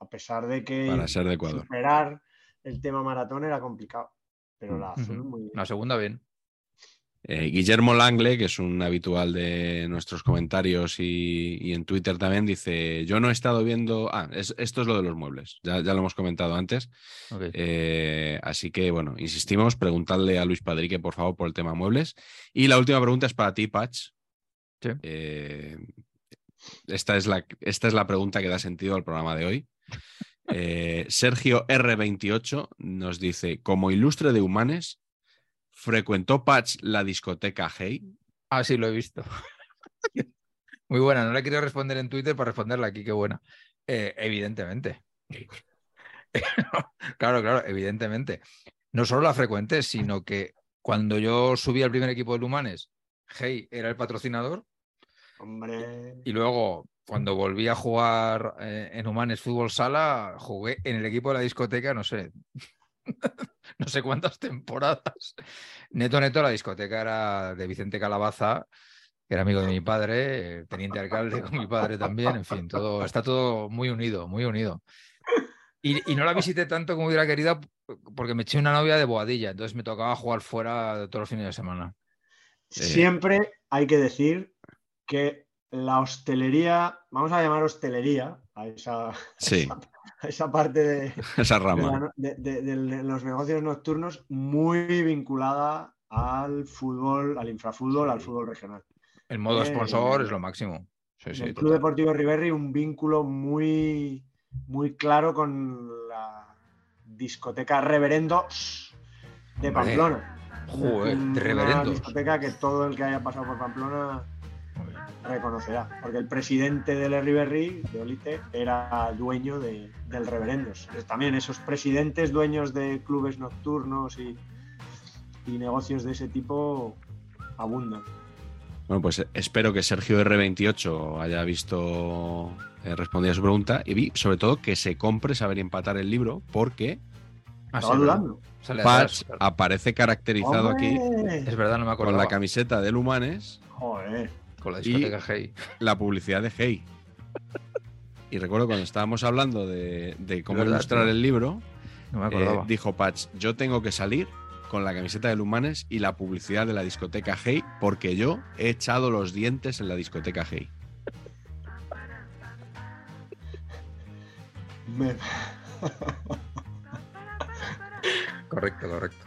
[SPEAKER 3] a pesar de que
[SPEAKER 1] Para ser de Ecuador.
[SPEAKER 3] superar el tema maratón era complicado. Pero la
[SPEAKER 2] Ujú.
[SPEAKER 3] azul muy bien.
[SPEAKER 2] La segunda, bien.
[SPEAKER 1] Eh, Guillermo Langle, que es un habitual de nuestros comentarios y, y en Twitter también, dice, yo no he estado viendo... Ah, es- esto es lo de los muebles, ya, ya lo hemos comentado antes.
[SPEAKER 2] Ok.
[SPEAKER 1] Eh, así que, bueno, insistimos, preguntadle a Luis Padrique, por favor, por el tema muebles. Y la última pregunta es para ti, Patch.
[SPEAKER 2] Sí.
[SPEAKER 1] Eh, esta, es la, esta es la pregunta que da sentido al programa de hoy. Eh, Sergio R28 nos dice, como ilustre de humanes, ¿frecuentó Patch la discoteca Hey?
[SPEAKER 2] Ah, sí, lo he visto. Muy buena, no la quiero responder en Twitter para responderla aquí, qué buena. Eh, evidentemente. claro, claro, evidentemente. No solo la frecuente, sino que cuando yo subí al primer equipo de Lumanes, Hey era el patrocinador
[SPEAKER 1] Eh.
[SPEAKER 3] Hombre,
[SPEAKER 2] y luego cuando volví a jugar eh, en Humanes Fútbol Sala, jugué en el equipo de la discoteca, no sé, no sé cuántas temporadas. Neto, neto, la discoteca era de Vicente Calabaza, que era amigo de mi padre, eh, teniente alcalde con mi padre también, en fin, todo está todo muy unido, muy unido. Y, y no la visité tanto como hubiera querido porque me eché una novia de boadilla, entonces me tocaba jugar fuera todos los fines de semana.
[SPEAKER 3] siempre hay que decir que la hostelería, vamos a llamar hostelería a esa,
[SPEAKER 1] Sí,
[SPEAKER 3] a esa parte de,
[SPEAKER 1] esa
[SPEAKER 3] de la
[SPEAKER 1] rama.
[SPEAKER 3] no- de- de- de los negocios nocturnos, muy vinculada al fútbol, al infrafútbol, al fútbol regional.
[SPEAKER 2] El modo
[SPEAKER 3] Eh,
[SPEAKER 2] sponsor es lo máximo. Sí, sí,
[SPEAKER 3] del Club
[SPEAKER 2] total.
[SPEAKER 3] Deportivo Riverri un vínculo muy, muy claro con la discoteca Reverendos de
[SPEAKER 2] Hombre.
[SPEAKER 3] Pamplona.
[SPEAKER 2] Joder,
[SPEAKER 3] una
[SPEAKER 2] reverendos.
[SPEAKER 3] discoteca que todo el que haya pasado por Pamplona reconocerá. Porque el presidente del Herriberri, de Olite, era dueño de- del Reverendos. Entonces, también esos presidentes dueños de clubes nocturnos y, y negocios de ese tipo abundan.
[SPEAKER 1] Bueno, pues espero que Sergio R28 haya visto, eh, respondido a su pregunta y vi, sobre todo, que se compre saber empatar el libro porque
[SPEAKER 2] Ah, sí,
[SPEAKER 3] Estaba
[SPEAKER 2] es verdad.
[SPEAKER 3] dudando.
[SPEAKER 2] Sale
[SPEAKER 1] Patch
[SPEAKER 2] atrás, claro.
[SPEAKER 1] aparece caracterizado aquí
[SPEAKER 3] ¡Hombre!
[SPEAKER 2] Es verdad, no me acuerdo.
[SPEAKER 1] con la camiseta del Humanes,
[SPEAKER 3] Joder.
[SPEAKER 2] Con la discoteca Hey.
[SPEAKER 1] la publicidad de Hey. Y recuerdo cuando estábamos hablando de, de cómo
[SPEAKER 2] Verdad,
[SPEAKER 1] ilustrar
[SPEAKER 2] tío.
[SPEAKER 1] el libro,
[SPEAKER 2] No me
[SPEAKER 1] eh,
[SPEAKER 2] acordaba.
[SPEAKER 1] dijo Patch, yo tengo que salir con la camiseta del Humanes y la publicidad de la discoteca Hey porque yo he echado los dientes en la discoteca Hey.
[SPEAKER 3] Me-
[SPEAKER 2] Correcto, correcto.